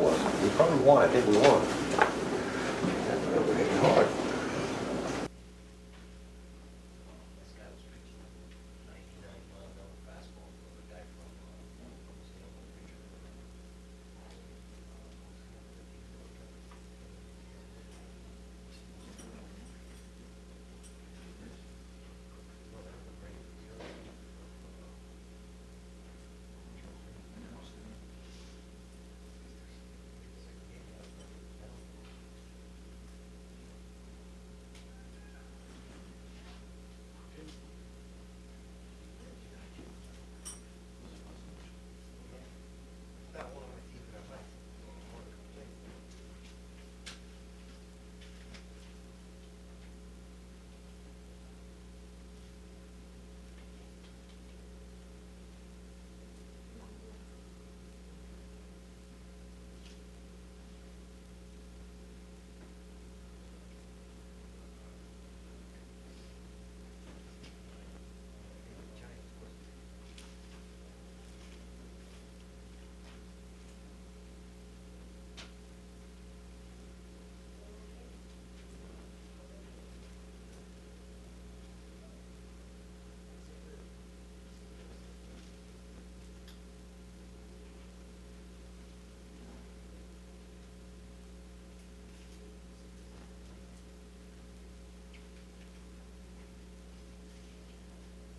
Probably one, I think we won. Hitting hard. This guy was pitching ninety-nine mile an hour fastball from the guy from, uh, Stanford pitcher.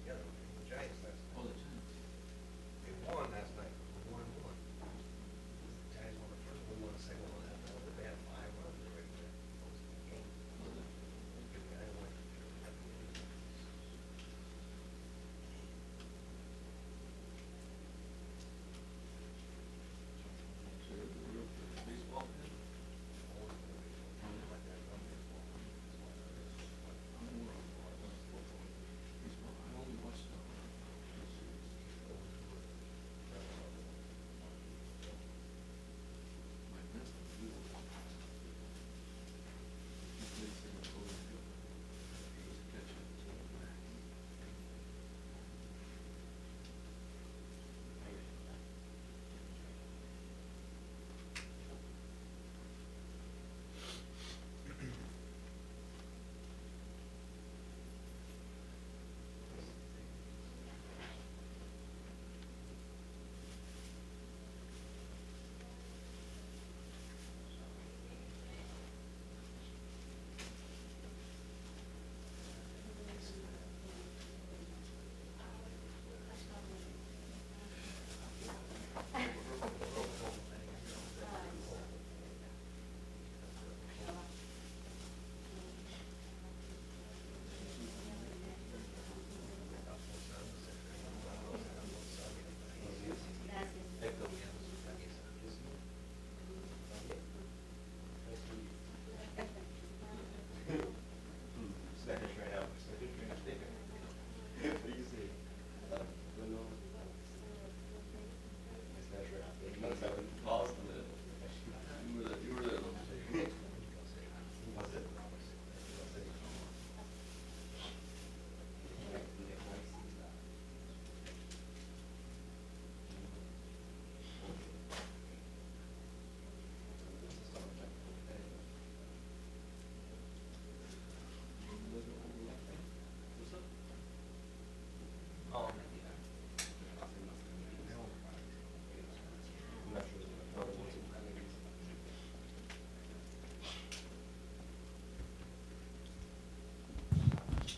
Yeah, the Giants last night. They won last night, one, one. Giants won the first one, won the second one, and then they had five runs right there. Good guy, like, at the end.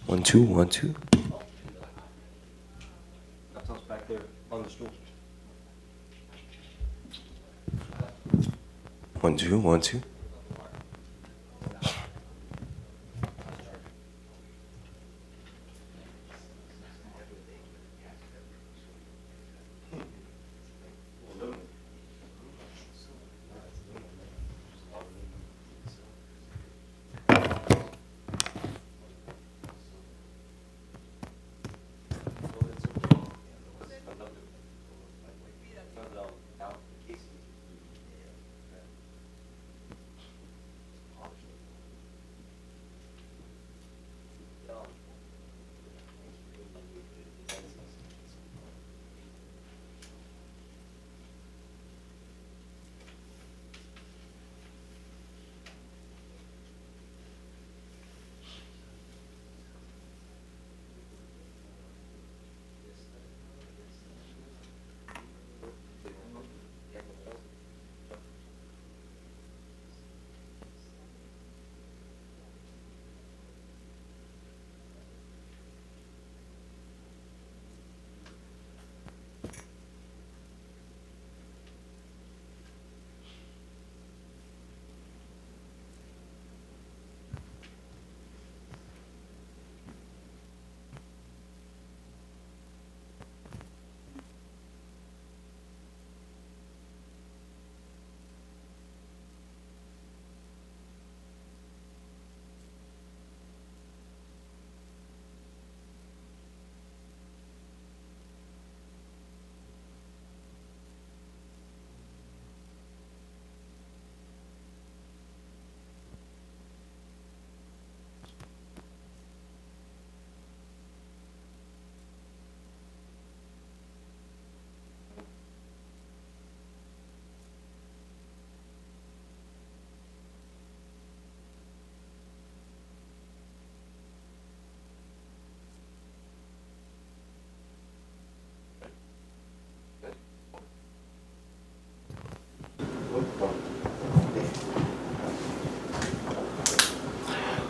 One, two, one, two. That's us back there on the stool. One, two, one, two.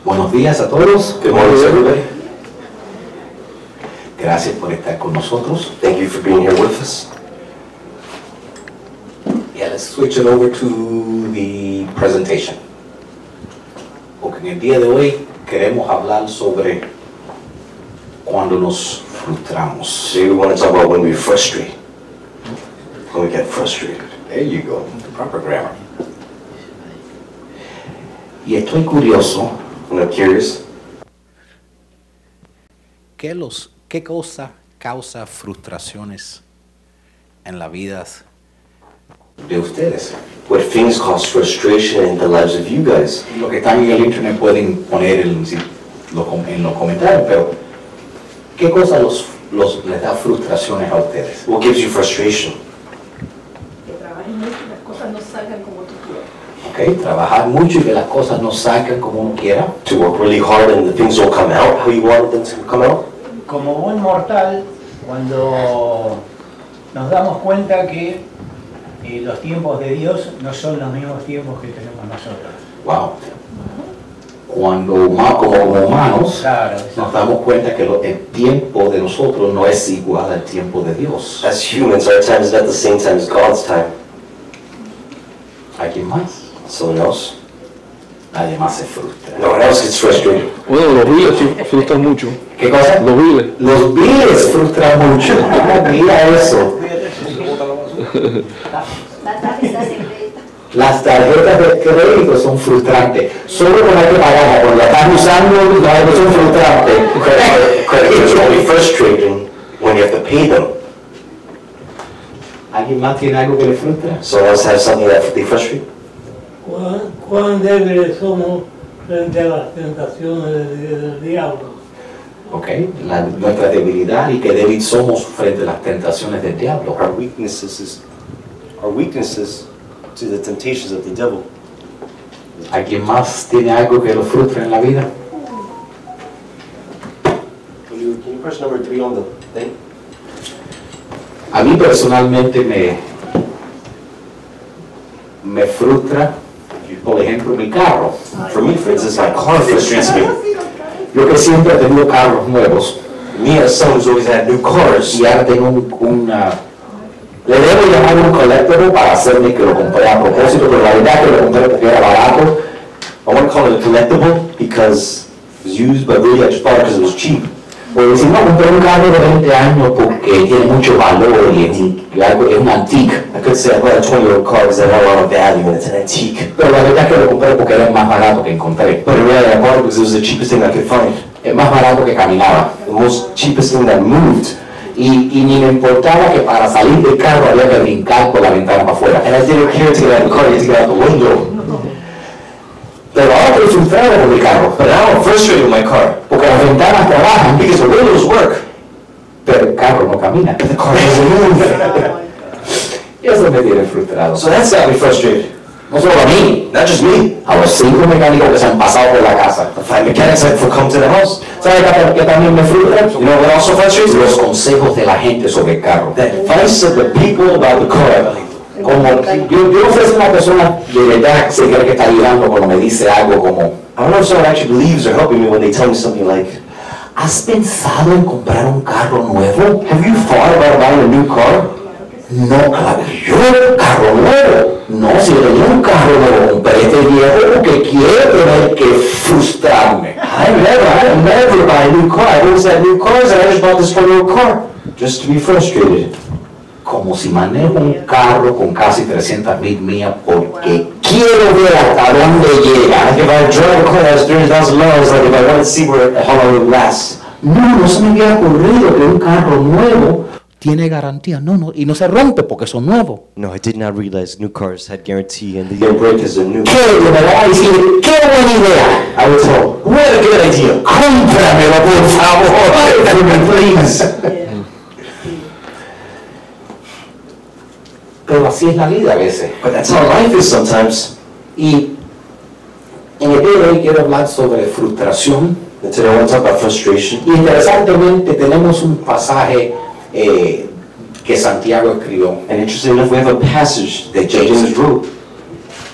Buenos días a todos. Good morning, everybody. Gracias por estar con nosotros. Thank you for being here with us. Yeah, let's switch it over to the presentation. Porque en el día de hoy queremos hablar sobre cuando nos frustramos. Today we want to talk about when we frustrate, when we get frustrated. There you go, the proper grammar. Y estoy curioso And I'm curious, ¿Qué, los, qué cosa causa frustraciones en la vida de ustedes? what things cause frustration in the lives of you guys? Los que están en el internet pueden poner en, si- lo com- en los comentarios, pero ¿qué cosa los, los, les da frustraciones a ustedes? What gives you frustration? que trabajes mucho y las cosas no salgan como tú quieres. ¿Ok? Trabajar mucho y que las cosas no salgan como uno quiera. To work really hard and the things don't come out how you wanted them to come out? como buen mortal, cuando nos damos cuenta que eh, los tiempos de Dios no son los mismos tiempos que tenemos nosotros. Wow. Cuando huma- como humanos Claro, nos damos cuenta que lo- el tiempo de nosotros no es igual al tiempo de Dios. As humans, our time is not the same time as God's time. ¿Alguien más? Someone else? Nadie más se frustra. No one else gets frustrated. Bueno, los reels sí frustran mucho. ¿Qué cosa? Los reels. Los biles frustran mucho. Mira eso. La tarjeta secreta. Las tarjetas de crédito son frustrantes. Solo con la que pagar, cuando la están usando, no son frustrantes. Credit card, credit cards are only frustrating when you have to pay them. ¿Alguien más tiene algo que le frustra? Someone else has something that they frustrate? cuán, cuán débiles somos frente a las tentaciones del, del diablo. Ok, la- nuestra debilidad y qué débil somos frente a las tentaciones del diablo. Our weaknesses is, our weaknesses to the temptations of the devil. ¿Alguien más tiene algo que lo frustra en la vida? Can you, can you press number three on the thing? A mí personalmente me, me frustra, por ejemplo, mi carro. For me, for instance, my car frustrates me. Yo que siempre he tenido carros nuevos Me as someone who's always had new cars, y ahora tengo un- una... Le debo llamar a un colectivo para hacerme que lo compré a propósito, pero la verdad que lo compré porque era barato. I want to call it a collectible because it was used, but really I just bought it because it was cheap. Porque si no compré un carro de 20 años porque tiene mucho valor y es, y algo- es un antique. I could say I bought a 20 year old car because it had a lot of value and it's an antique. Pero la verdad que lo compré porque era el más barato que encontré. But in reality, I bought it because it was the cheapest thing I could find, Es más barato que caminaba. the most cheapest thing that moved. Y, y ni me importaba que para salir del carro había que brincar por la ventana para afuera. And I didn't care to get out of the car, you had to get out the window. Pero ahora estoy frustrado con mi carro. But now I'm frustrated with my car Porque las ventanas trabajan, because the windows work, pero el carro no camina. but the car doesn't move. Y eso me tiene frustrado. So that's got me frustrated. No solo a mí, Not just me, a los cinco mecánicos que se han pasado por la casa. the five mechanics that have come to the house. ¿Sabes qué que también me frustra? You know what also frustrates me? Los consejos de la gente sobre el carro. The advice of the people about the car. Como, yo, yo no sé si una persona de verdad se cree que está ayudando cuando me dice algo como, I don't know if someone actually believes or helping me when they tell me something like, ¿has pensado en comprar un carro nuevo? Have you thought about buying a new car? No, claro, yo carro nuevo. No, si yo tenía un carro nuevo, compré este viejo porque quiero tener que frustrarme. I never, I never buy a new car. I always had new cars, and I just bought this one old car just to be frustrated. Como si manejo un carro con casi 300 mil millas porque quiero ver hasta dónde llega. Like if I drive a car that has 30,000 miles, like if I want to see where how long it lasts. No, no se me había ocurrido que un carro nuevo tiene garantía. No, no, y no se rompe porque son nuevos. No, I did not realize new cars had guarantee and the Your brake is a new. ¿Qué? De verdad, decir, qué buena idea. I would tell, what a good idea. Cómpramelo, por favor. Cómprame, please. Pero así es la vida a veces. But that's how life is sometimes. Y en el día de hoy quiero hablar sobre frustración. And today I want to talk about frustration. Y interesantemente tenemos un pasaje eh, que Santiago escribió And interestingly enough, we have a passage that James wrote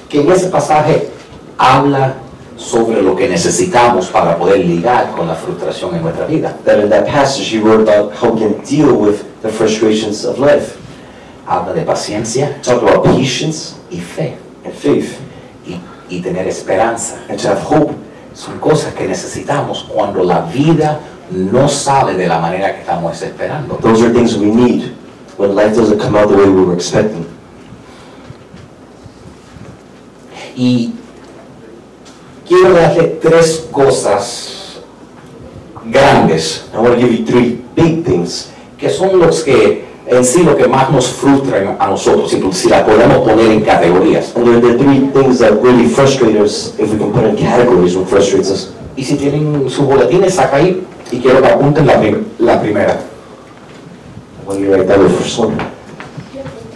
que en ese pasaje habla sobre lo que necesitamos para poder lidiar con la frustración en nuestra vida. That in that passage, he wrote about how we can deal with the frustrations of life. Habla de paciencia Talk about patience y fe and faith, y, y tener esperanza. and to have hope. Son cosas que necesitamos cuando la vida no sale de la manera que estamos esperando. Those are things we need when life doesn't come out the way we were expecting. Y quiero darle tres cosas grandes I want to give you three big things que son los que en sí lo que más nos frustran a nosotros, si, si la podemos poner en categorías. And there are the three things that really frustrate us, if we can put in categories what frustrates us. Y si tienen sus boletines, saca ahí y quiero que apunten la, prim- la primera. I want you to write down the first one.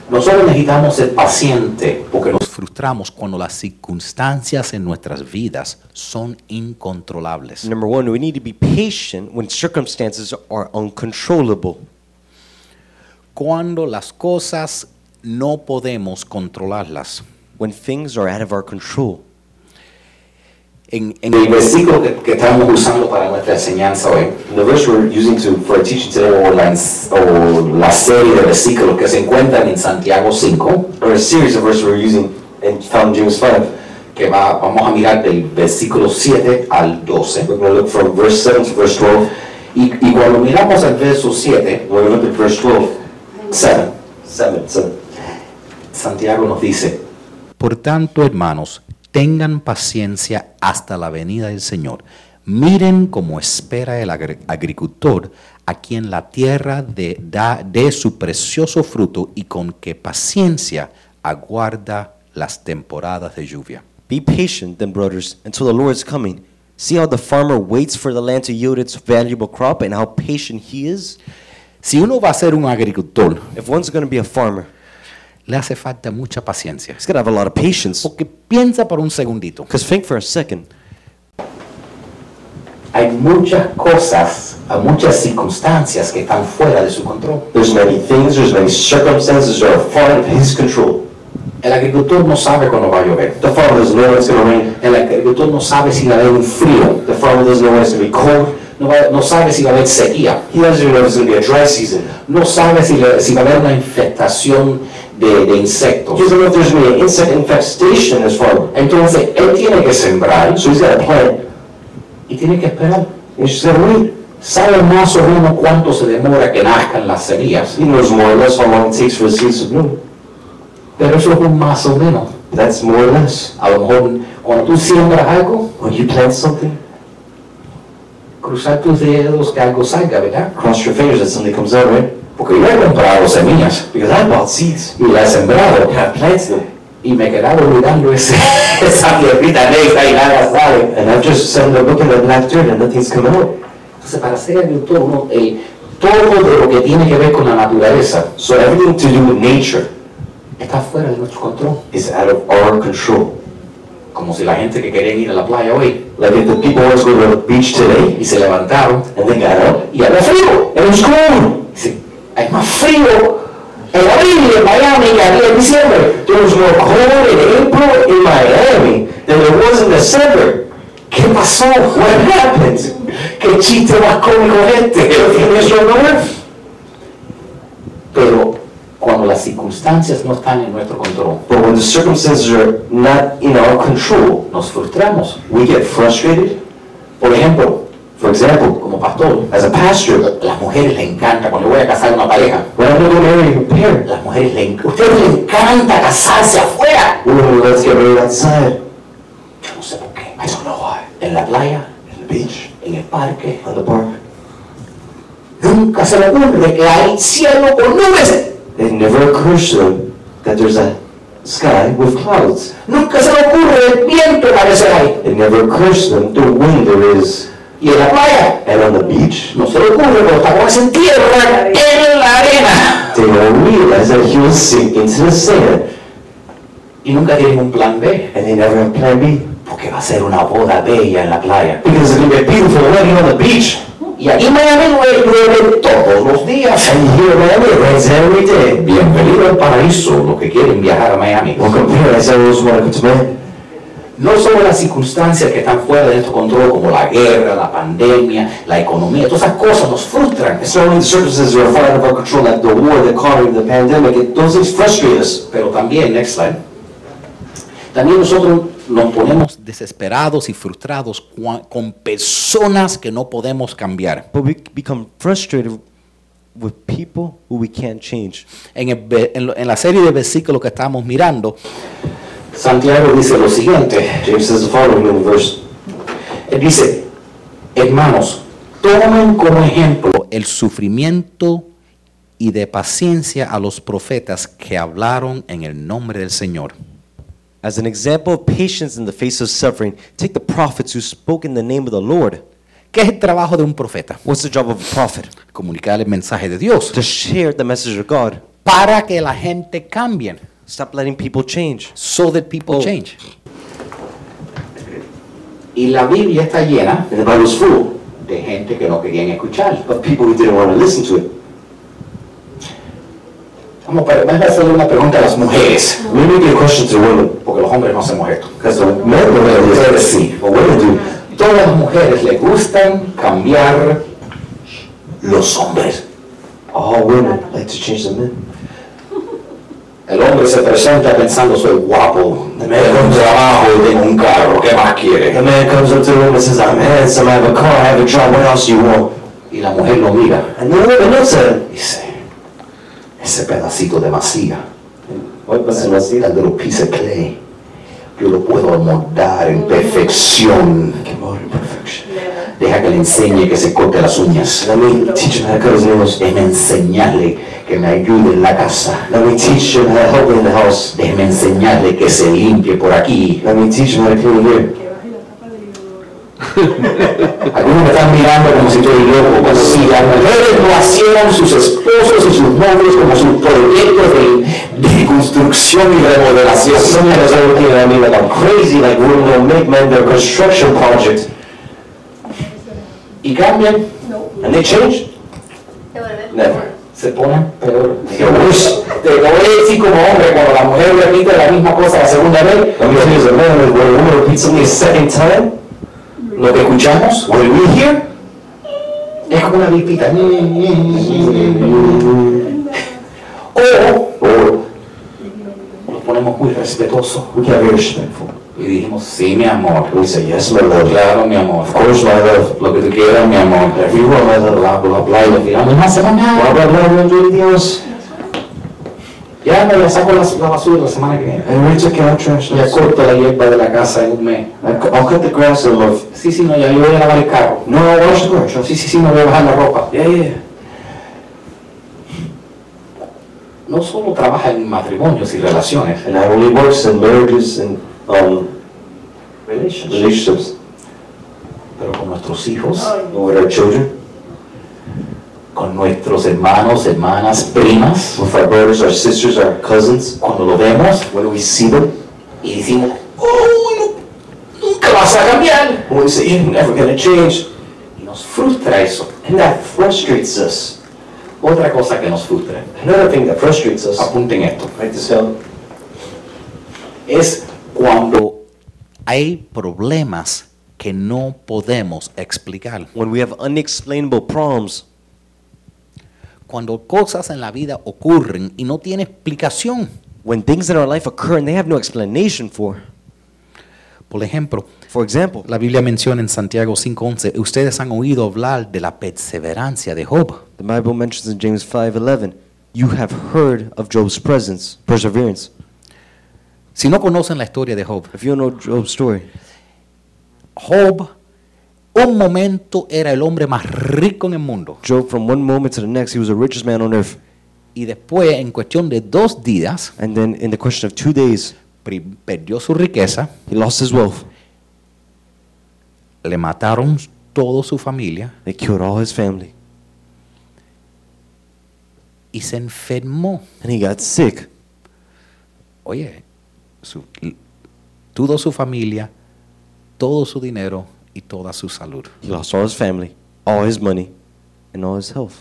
Nosotros necesitamos ser pacientes porque nos frustramos cuando las circunstancias en nuestras vidas son incontrolables. Number one, we need to be patient when circumstances are uncontrollable. Cuando las cosas no podemos controlarlas. When things are out of our control. En, en el versículo que, que estamos usando para nuestra enseñanza hoy, And the verse we're using to, for our teaching today, o la, ens- o la serie de versículos que se encuentran en Santiago 5, or a series of verses we're using, and found in James 5. que va- vamos a mirar del versículo 7 al 12. We're going to look from verse 7 to verse 12. Y, y cuando miramos el verso 7, We're going to look at verse 12. 7, 7, 7. Santiago nos dice, Por tanto, hermanos, tengan paciencia hasta la venida del Señor. Miren cómo espera el agri- agricultor a quien la tierra de- da de su precioso fruto y con qué paciencia aguarda las temporadas de lluvia. Be patient, then, brothers, until the Lord's coming. See how the farmer waits for the land to yield its valuable crop and how patient he is? Si uno va a ser un agricultor, If one's going to be a farmer, le hace falta mucha paciencia. he's going to have a lot of patience. Porque piensa por un segundito. Because think for a second. Hay muchas cosas, hay muchas circunstancias que están fuera de su control. There's many things, there's many circumstances that are far out of his control. El agricultor no sabe cuándo va a llover. The farmer doesn't know when it's going to rain. El agricultor no sabe si va a haber un frío. The farmer doesn't know when it's going to be cold. No, va- no sabe si va a haber sequía. He doesn't even know if it's going to be a dry season. No sabe si, le- si va a haber una infestación de, de He insectos. doesn't know if there's going to be an insect infestation in his farm. Entonces, él tiene que sembrar So he's got a plant. y tiene que esperar. He's just going to wait. Sabe más o menos cuánto se demora que nazcan las semillas. He knows more or less how long it takes for the seeds to bloom. Pero eso es un más o menos. That's more or less. A lo mejor cuando tú siembras algo, When you plant something, cruzar tus dedos que algo salga, ¿verdad? cross your fingers that something comes out, right? Porque yo he comprado semillas Because I bought seeds. y las he sembrado And I planted them. y me he quedado mirando ese, esa tierrita negra y nada sale. And I've just sat there looking at black dirt and nothing's coming out. Entonces, para ser agricultor, uno, eh, todo de lo que tiene que ver con la naturaleza So everything to do with nature está fuera de nuestro control. is out of our control. Como si la gente que quería ir a la playa hoy Like if the people want to go to the beach today y se levantaron and they got out y había frío. and it's cold. Dice, hay más frío en abril en Miami que había en diciembre. There was more cold in April in Miami than there was in December. ¿Qué pasó? What happened? ¿Qué chiste más cómico es Everything este? is from nowhere. Pero cuando las circunstancias no están en nuestro control, But when the circumstances are not in our control, nos frustramos. we get frustrated. Por ejemplo, For example, como pastor, as a pastor, a las mujeres les encanta cuando voy a casar a una pareja. when I'm going to marry a A parent, las mujeres les encanta. Ustedes les encanta casarse afuera. we're going to let's get married outside, Yo no sé por qué. I don't know why. En la playa, on the beach, en el parque. on the park. Nunca se le ocurre que hay cielo con nubes. It never occurs to them that there's a sky with clouds. Nunca se le ocurre el viento que a veces hay. It never occurs to them the wind there is. Y en la playa, And on the beach, no se le ocurre cuando está con esa tierra en la arena. they don't realize that he will sink into the sand. Y nunca tienen un plan B. And they never have plan B. Porque va a ser una boda bella en la playa. Because it's going to be a beautiful wedding on the beach. Y aquí en Miami lue- llueve todos los días. And here in Miami, it rains every day. Bienvenido al paraíso, los que quieren viajar a Miami. Welcome here, as I always want to come No solo las circunstancias que están fuera de nuestro control, como la guerra, la pandemia, la economía, todas esas cosas nos frustran. It's not only the circumstances that are far out of our control, like the war, the economy, the pandemic, it, those things frustrate us. Pero también, next slide. También nosotros nos ponemos desesperados y frustrados cua- con personas que no podemos cambiar. But we become frustrated with people who we can't change. En, el ve- en lo- en la serie de versículos que estamos mirando, Santiago dice lo siguiente. James says the following in verse Él dice, hermanos, tomen como ejemplo el sufrimiento y de paciencia a los profetas que hablaron en el nombre del Señor. As an example of patience in the face of suffering, take the prophets who spoke in the name of the Lord. ¿Qué es el trabajo de un profeta? What's the job of a prophet? Comunicar el mensaje de Dios To share the message of God. para que la gente cambie. Stop letting people change. So that people Oh. change. Y la Biblia está llena And the Bible's full de gente que no querían escuchar. of people who didn't want to listen to it. Vamos, pero vamos a hacerle una pregunta a las mujeres, We make a question to women, porque los hombres no hacemos esto. because the men don't want to listen. Ustedes sí. But women do. Todas las mujeres les gustan cambiar los hombres. All women like to change the men. El hombre se presenta pensando soy guapo, me da un trabajo, tengo un carro, ¿qué más The quiere? man comes up to the woman and says, I'm handsome, I have a car, I have a job, what else do you want? Y la mujer lo mira And the woman looks at him. y dice, ese pedacito de masía, What must I see? that little piece of clay, yo lo puedo amoldar en perfección. perfection. Deja que le enseñe que se corte las uñas. Let me teach him how to cut his nails. Déjeme enseñarle que me ayude en la casa. Let me teach him how to help in the house. Déjeme enseñarle que se limpie por aquí. Let me teach him how to clean here. Que baje la tapa del inodoro. Algunos me están mirando como si estoy loco, como si las mujeres no hacieran sus esposos y sus novios como sus proyectos de, de construcción y remodelación. Some guys are looking at me like I'm crazy, like women don't make men, they're construction project. Y cambian, And they change? Te volvemos. Never. se ponen peor. They get worse. Te lo voy a decir como hombre, cuando la mujer repite la misma cosa la segunda vez, Let me tell you, as a man, when a woman repeats something a second time, lo que escuchamos what do we hear? es como una gripita. O Or nos ponemos muy respetuosos. we can't be respectful. Y dijimos, sí, mi amor. We say, yes, my lord, Claro, mi amor. of course, my love, Lo que tú quieras, mi amor. if you want my love, blah, blah, blah, Bla, y lo tiramos, no hacemos blah, nada. blah, blah, we don't do anything else. Ya me la saco la, la basura la semana que viene. And we took out trash. Ya I cu- corto la hierba de la casa en un mes. I'll cut the grass in a month. Sí, sí, no, ya yo voy a lavar el carro. No, I'll wash the car, No, trust me. sí, sí, sí, me voy a bajar la ropa. Yeah, yeah. No solo trabaja en matrimonios y relaciones, And that only works in marriages and, um, relationships. pero con nuestros hijos, But with our children, con nuestros hermanos, hermanas, primas. with our brothers, our sisters, our cousins, Cuando lo vemos when we see them, y decimos, oh, no, nunca vas a cambiar. when we say, you're never gonna change, Y nos frustra eso. and that frustrates us. Otra cosa que nos frustra, Another thing that frustrates us, apunten esto, write this down, es cuando hay problemas que no podemos explicar. When we have unexplainable problems, Cuando cosas en la vida ocurren y no tiene explicación. when things in our life occur and they have no explanation for. Por ejemplo, For example, la Biblia menciona en Santiago 5:11, ustedes han oído hablar de la perseverancia de Job. the Bible mentions in James 5:11, you have heard of Job's presence, perseverance. Si no conocen la historia de Job, If you don't know Job's story, Job un momento era el hombre más rico en el mundo Job from one moment to the next, he was the richest man on earth. y después en cuestión de dos días And then in the question of 2 days, pri- perdió su riqueza, he lost his wealth. le mataron toda su familia They killed all his family, y se enfermó. and he got sick. Oye, su- l- toda su familia, todo su dinero y toda su salud. He lost all his family, all his money and all his health.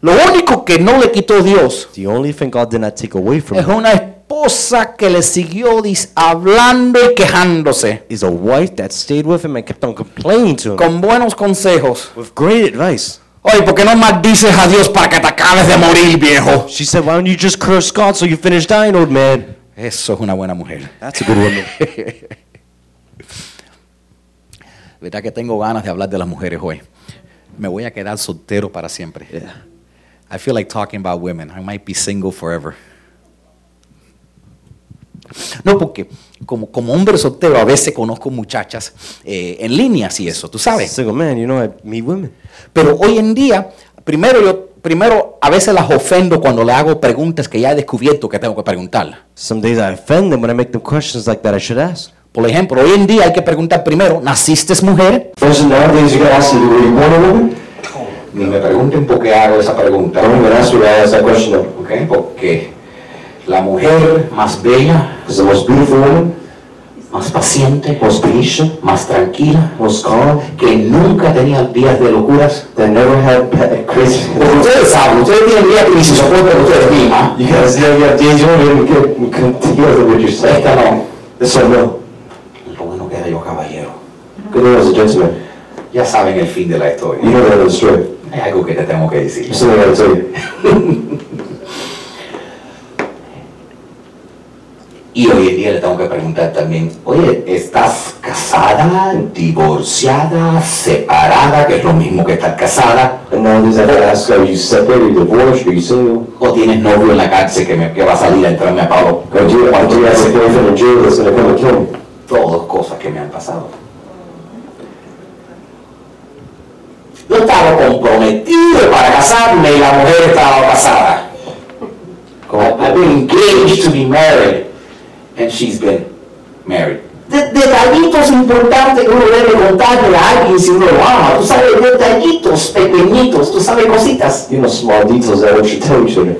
Lo único que no le quitó Dios The only thing God did not take away from es him una esposa que le siguió dis- hablando y quejándose is a wife that stayed with him and kept on complaining to him con buenos consejos. with great advice. Oye, ¿por qué no maldices a Dios para que te acabes de morir, viejo? She said, Why don't you just curse God so you finish dying, old man? Eso es una buena mujer. That's a good woman. Verdad que tengo ganas de hablar de las mujeres hoy. Me voy a quedar soltero para siempre. I feel like talking about women. I might be single forever. No, porque como, como hombre soltero a veces conozco muchachas eh, en líneas y eso, tú sabes. Single man, you know, I meet women. Pero hoy en día, primero yo, primero a veces las ofendo cuando le hago preguntas que ya he descubierto que tengo que preguntar. Some days I offend them when I make them questions like that I should ask. Por ejemplo, hoy en día hay que preguntar primero, ¿naciste mujer? First and nowadays, you gotta ask them, were you born a woman? Ni me pregunten por qué hago esa pregunta. Don't even ask me to ask that question. though. ¿ok? Porque la mujer más bella, pues, Is Pues, the most beautiful woman, más paciente, most patient, más tranquila, most calm, que nunca tenía días de locuras, that never had pe- crazy. Porque ustedes saben, ustedes tienen días que ni se soportan ustedes mismas. You guys, yeah, you have days you don't even get together with yourself. Esta no. This one, no. Lo bueno que era yo caballero. Good man was a gentleman. Ya saben el fin de la You historia. know the end of the story. Hay algo que te tengo que decir. There's something I gotta tell you. Y hoy en día le tengo que preguntar también, oye, ¿estás casada, divorciada, separada, que es lo mismo que estar casada? And nowadays, I gotta ask, are you separated, divorced, are you single? ¿O tienes novio en la cárcel que, me, que va a salir a entrarme a palo? Or do you, or do you have a boyfriend in jail that's gonna come and kill me? Todas cosas que me han pasado. Yo estaba comprometido para casarme y la mujer estaba casada. I- I've been engaged to be married and she's been married. De- detallitos importantes que uno debe contarle a alguien si uno lo ama. Tú sabes, detallitos pequeñitos, tú sabes cositas. You know, small details that what you tell each other.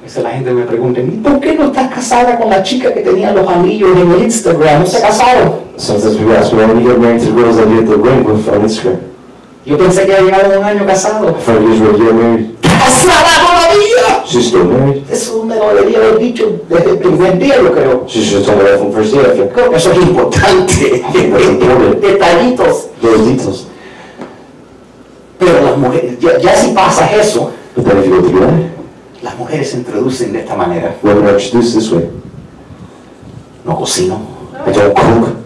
Entonces la gente me pregunta, ¿y por qué no estás casada con la chica que tenía los anillos en el Instagram? No se casaron. Sometimes people ask me, why do you get married to girls that you get the ring with on Instagram? Yo pensé que había llevado un año casado. Five years ago, you're married. ¡Casada todavía! She's still married. Eso me lo debería haber dicho desde el primer día, yo creo. She should have told me that from first day, I think. Creo que eso es importante. Detallitos. Those details. Pero las mujeres, ya, ya si pasas eso, But then if you go through that, las mujeres se introducen de esta manera. women are introduced this way. No cocino, I don't cook,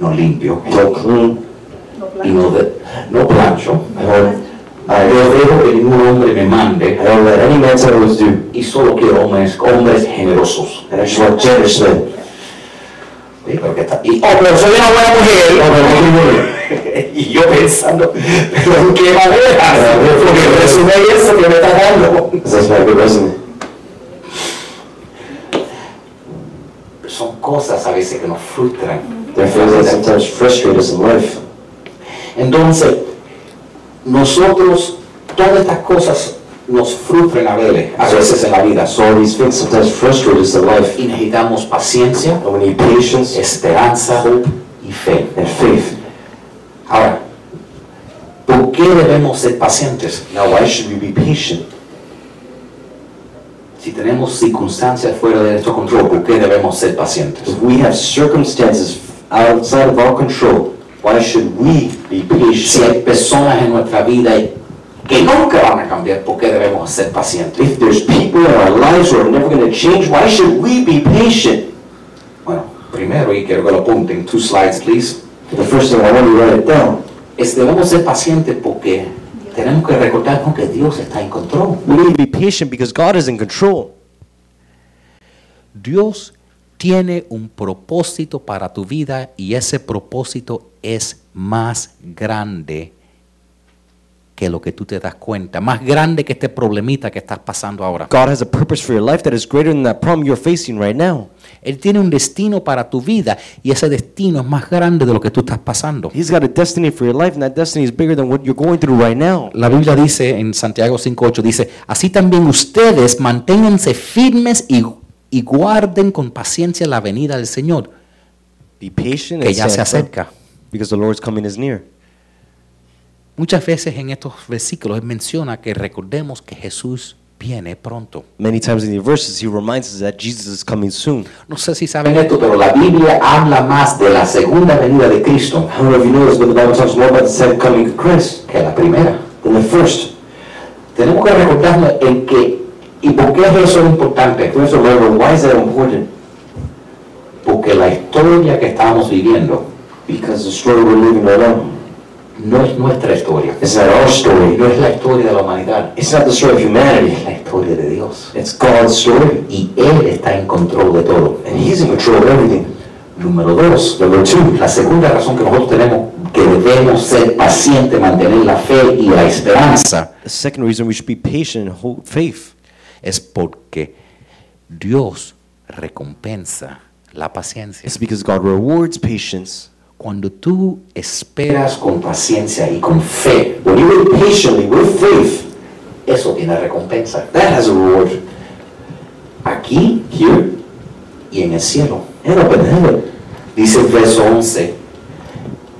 no limpio, I don't clean, No y plan. no, de- no plancho. I don't, Ah, Yo dejo que ningún hombre me mande. I don't let any man tell me what to do. y solo quiero hombres, hombres generosos. And I just want generous men. Sí, porque está- y, oh, pero soy una buena mujer. Oh, but I'm a good woman. y yo pensando, pero ¿en qué manera? Porque resume eso que me está dando. 'Cause That's not a good resume. Son cosas a veces que nos frustran. There are things that sometimes frustrate us in life. Entonces, nosotros, todas estas cosas nos frustran a veces, a veces en la vida. So all these things sometimes frustrate us in life. Y necesitamos paciencia, And we need patience esperanza y fe. and faith. Ahora, ¿por qué debemos ser pacientes? Now, why should we be patient? Si tenemos circunstancias fuera de nuestro control, ¿por qué debemos ser pacientes? If we have circumstances outside of our control, why should we be Si hay patient? personas en nuestra vida que nunca van a cambiar, ¿por qué debemos ser pacientes? If there's people in our lives who are never going to change, why should we be patient? Bueno, primero, y quiero que lo apunten, two slides, please, The first thing I want you to write it down. es debemos ser pacientes porque tenemos que recordarnos que Dios está en control. We need to be patient because God is in control. Dios tiene un propósito para tu vida y ese propósito es más grande que lo que tú te das cuenta, más grande que este problemita que estás pasando ahora. God has a purpose for your life that is greater than that problem you're facing right now. Él tiene un destino para tu vida y ese destino es más grande de lo que tú estás pasando. He's got a destiny for your life, and that destiny is bigger than what you're going through right now. La Biblia dice en Santiago 5.8, dice, así también ustedes manténganse firmes y, y guarden con paciencia la venida del Señor, Be patient que and ya se stand firm, acerca. because the Lord's coming is near. Muchas veces en estos versículos él menciona que recordemos que Jesús viene pronto. Many times in the verses, he reminds us that Jesus is coming soon. No sé si saben Saben esto, pero la Biblia habla más de la segunda venida de Cristo I don't know if you noticed, but the Bible talks more about the second coming of Christ que la primera. than the first. Tenemos que recordarnos en que, ¿y por qué eso es importante? We have to remember why is that important? Porque la historia que estamos viviendo Because the story we're living right now no es nuestra historia, is not our story. no es la historia de la humanidad, It's not the story of es humanity. la historia de Dios. It's God's story, Y Él está en control de todo. and He's in control of everything. Número dos, número two, la segunda razón que nosotros tenemos que debemos ser pacientes, mantener la fe y la esperanza, The second reason we should be patient and hold faith es porque Dios recompensa la paciencia. is because God rewards patience. Cuando tú esperas esperas con paciencia y con fe. When you wait patiently with faith, Eso tiene recompensa. that has a reward. Aquí Here y en el cielo. and up in heaven. Dice el verso 11.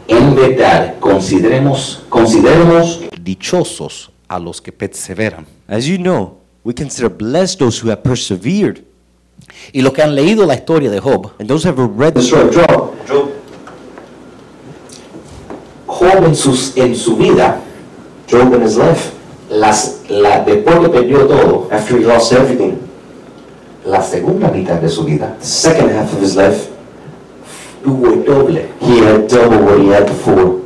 En verdad, consideremos, consideremos dichosos a los que perseveran. As you know, we consider blessed those who have persevered. Y los que han leído la historia de Job, And those who have read The the story of Job. Job en, sus, en su vida, Job in his life, las, la, después que perdió todo, after he lost everything, la segunda mitad de su vida, the second half of his life, tuvo el doble, he had double what he had before.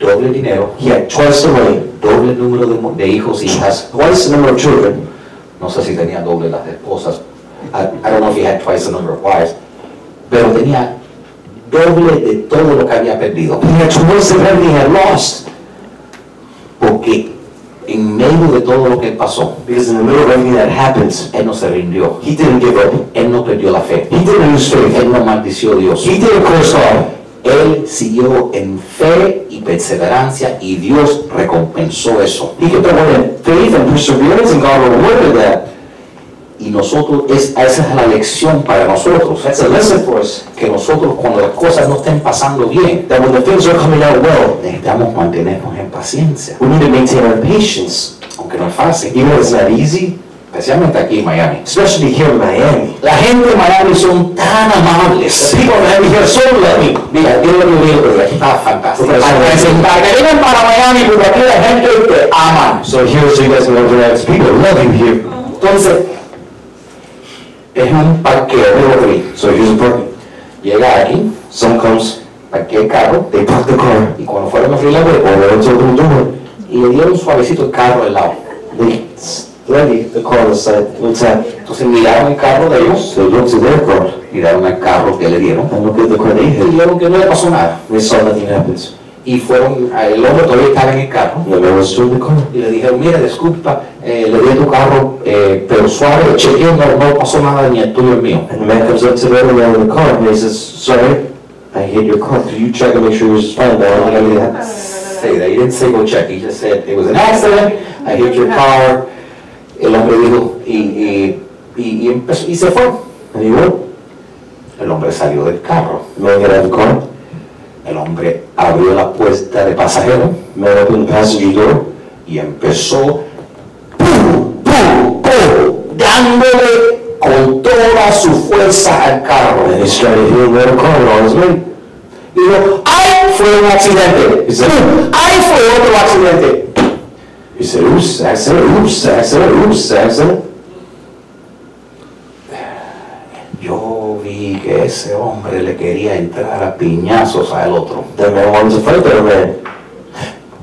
doble dinero, He had twice the money, doble número de, mu- de hijos e hijas. twice the number of children. No sé si tenía doble las esposas. I, I don't know if he had twice the number of wives. Pero tenía doble de todo lo que había perdido. He had twice of everything he had lost. Porque en medio de todo lo que pasó, Because in the middle of everything that happens, él no se rindió. he didn't give up. Él no perdió la fe. He didn't lose faith. Él no maldició a Dios. He didn't curse God. Él siguió en fe y perseverancia y Dios recompensó eso. He kept on in faith and perseverance, and God rewarded that. Y nosotros, es, esa es la lección para nosotros. That's a lesson for us. Que nosotros cuando las cosas no estén pasando bien, That when the things are coming out well, necesitamos mantenernos en paciencia. we need to maintain our patience. Aunque no es fácil. Even though it's not easy, Especialmente aquí en Miami. especially here in Miami. La gente de Miami son tan amables. People in Miami here are so loving. Mira, yo lo digo, pero está fantástico. Porque- Para que se- para que vengan para Miami, porque aquí la gente te ama. So here, so you guys can learn from that. People love you here. Entonces, es un parqueo de Rodríguez. So here's a parking. Llega aquí, Someone comes, parquea el carro, they park the car, y cuando fueron a abrir la puerta, or they don't open the door. y le dieron suavecito el carro al lado. They s- levy the car on the side, little tap. Entonces miraron el carro de ellos, So they look to their car miraron el carro que le dieron, and look at the car they y hit. vieron que no le pasó nada. They saw nothing happens. Y fueron, el hombre todavía estaba en el carro, The man was still in the car. y le dijeron, mira, disculpa, eh, le di tu carro, eh, pero suave, chequeo, no, no pasó nada ni el tuyo ni el mío. And the man comes up to the other man in the car and he says, sorry, I hit your car. Could you check and make sure yours is fine? But I don't think anything happened. say that. He didn't say go check. He just said it was an accident. I hit your car. El hombre dijo y, y, y, y empezó- y se fue. And he went. El hombre salió del carro. The man got out of the car. El hombre abrió la puerta de pasajero The man opened the passenger door. y empezó ¡pum, pum, pum! dándole con toda su fuerza al carro. And he started hitting the other car with all his might. Dijo, ¡ay! Fue un accidente. He said, ¡Pum! ¡Ay! Fue otro accidente. He said, oops, accident, oops, accident, oops, accident. Yo vi que ese hombre le quería entrar a piñazos al otro. That man wanted to fight that man.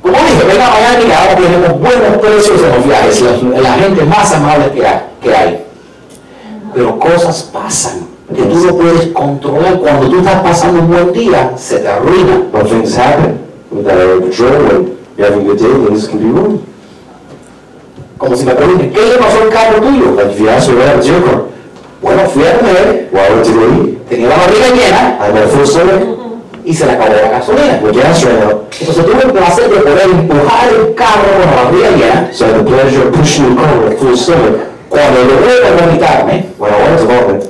Como dije, venga a Miami, que ahora tenemos buenos precios en los viajes, la, la gente más amable que hay, que hay. Pero cosas pasan que tú no puedes controlar. Cuando tú estás pasando un buen día, se te arruina. But things happen without our control. When you're having a good day, things can be ruined. Como si me pregunten, ¿qué le pasó al carro tuyo? Like if you ask me what happened to your car, Bueno, fui a comer, why went to go eat? tenía la barriga llena I got a full stomach y se le acabó la gasolina. pues with gas ran out. Entonces tuve el placer de poder empujar el carro con la barriga llena. So I had the pleasure of pushing the car with a full stomach Cuando logré vomitarme, when I wanted to vomit.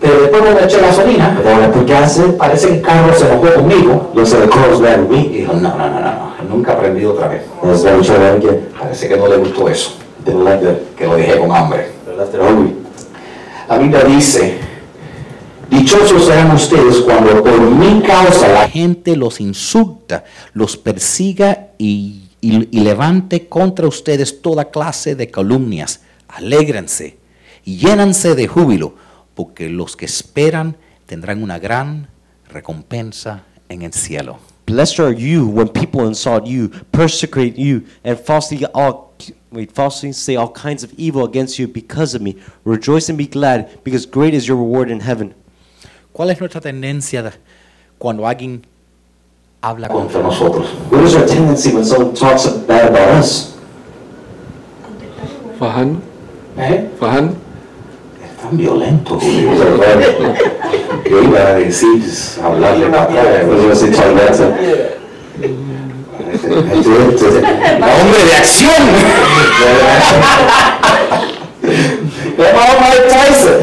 Pero después cuando eché gasolina, But then when I put gas in, parece que el carro se enojó conmigo. looks like the cars ran me. Y dijo, no, no, no, no, no, nunca aprendí otra vez. And it's never tried that again. Parece que no le gustó eso, Didn't like that. que lo dejé con hambre. They left it hungry. La Biblia dice, dichosos serán ustedes cuando por mi causa La la gente los insulta, los persiga y, y- y levante contra ustedes toda clase de calumnias. Alégrense y llénanse de júbilo, porque los que esperan tendrán una gran recompensa en el cielo. Blessed are you when people insult you, persecute you, and falsely all wait, falsely say all kinds of evil against you because of me. Rejoice and be glad, because great is your reward in heaven. ¿Cuál es nuestra tendencia de- cuando alguien habla contra contra nosotros. What is our tendency when someone talks bad about us? Fajan, ¿Eh? Fajan. Es tan violento, Julio. Yo iba a decir, hablarle batalla, después iba a decir charlanza. ¡Hombre de acción! ¡Llamado Mike Tyson!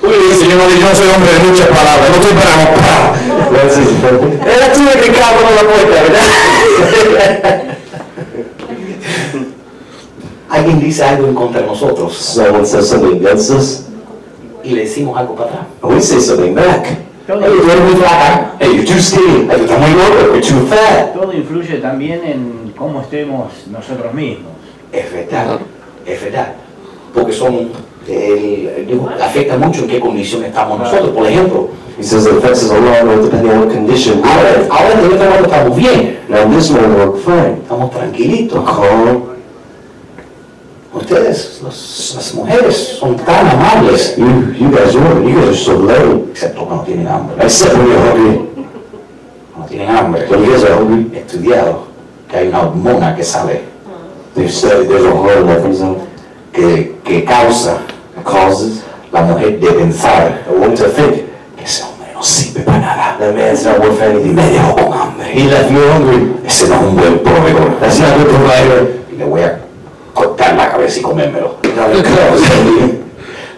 Julio dice, yo no, yo no soy hombre de muchas palabras, no estoy para mostrar. Era tú el que estaba con la puerta, ¿verdad? Alguien dice algo en contra de nosotros Someone says something against us, y le decimos algo para atrás. and we say something back. Todo, Hey, you're muy flaca. Hey, you're too skinny. Hey, you're muy gorda. You're too fat. todo influye también en cómo estemos nosotros mismos. Es verdad, es verdad. Porque son, el, digo, afecta mucho en qué condición estamos nosotros. Por ejemplo, He says it affects us a lot, but depending on what condition we're ahora, in. ahora en este momento estamos bien, Now, in this moment, we're fine. estamos tranquilitos. Calm. Ustedes, las, las mujeres, son tan amables, You, you guys are women. You guys are so lame. excepto cuando tienen hambre. Except when you're hungry. Cuando tienen hambre, When you guys are hungry, he estudiado que hay una hormona que sale, they've studied. There's a hormone that comes out. que, que causa It causes la mujer de pensar a woman to think. que ese hombre no sirve para nada. That man's not worth anything. Me dejó con hambre. He left me hungry. Ese no es un buen proveedor. That's not a good provider. Y le voy a cortar la cabeza y comérmelo. Not a good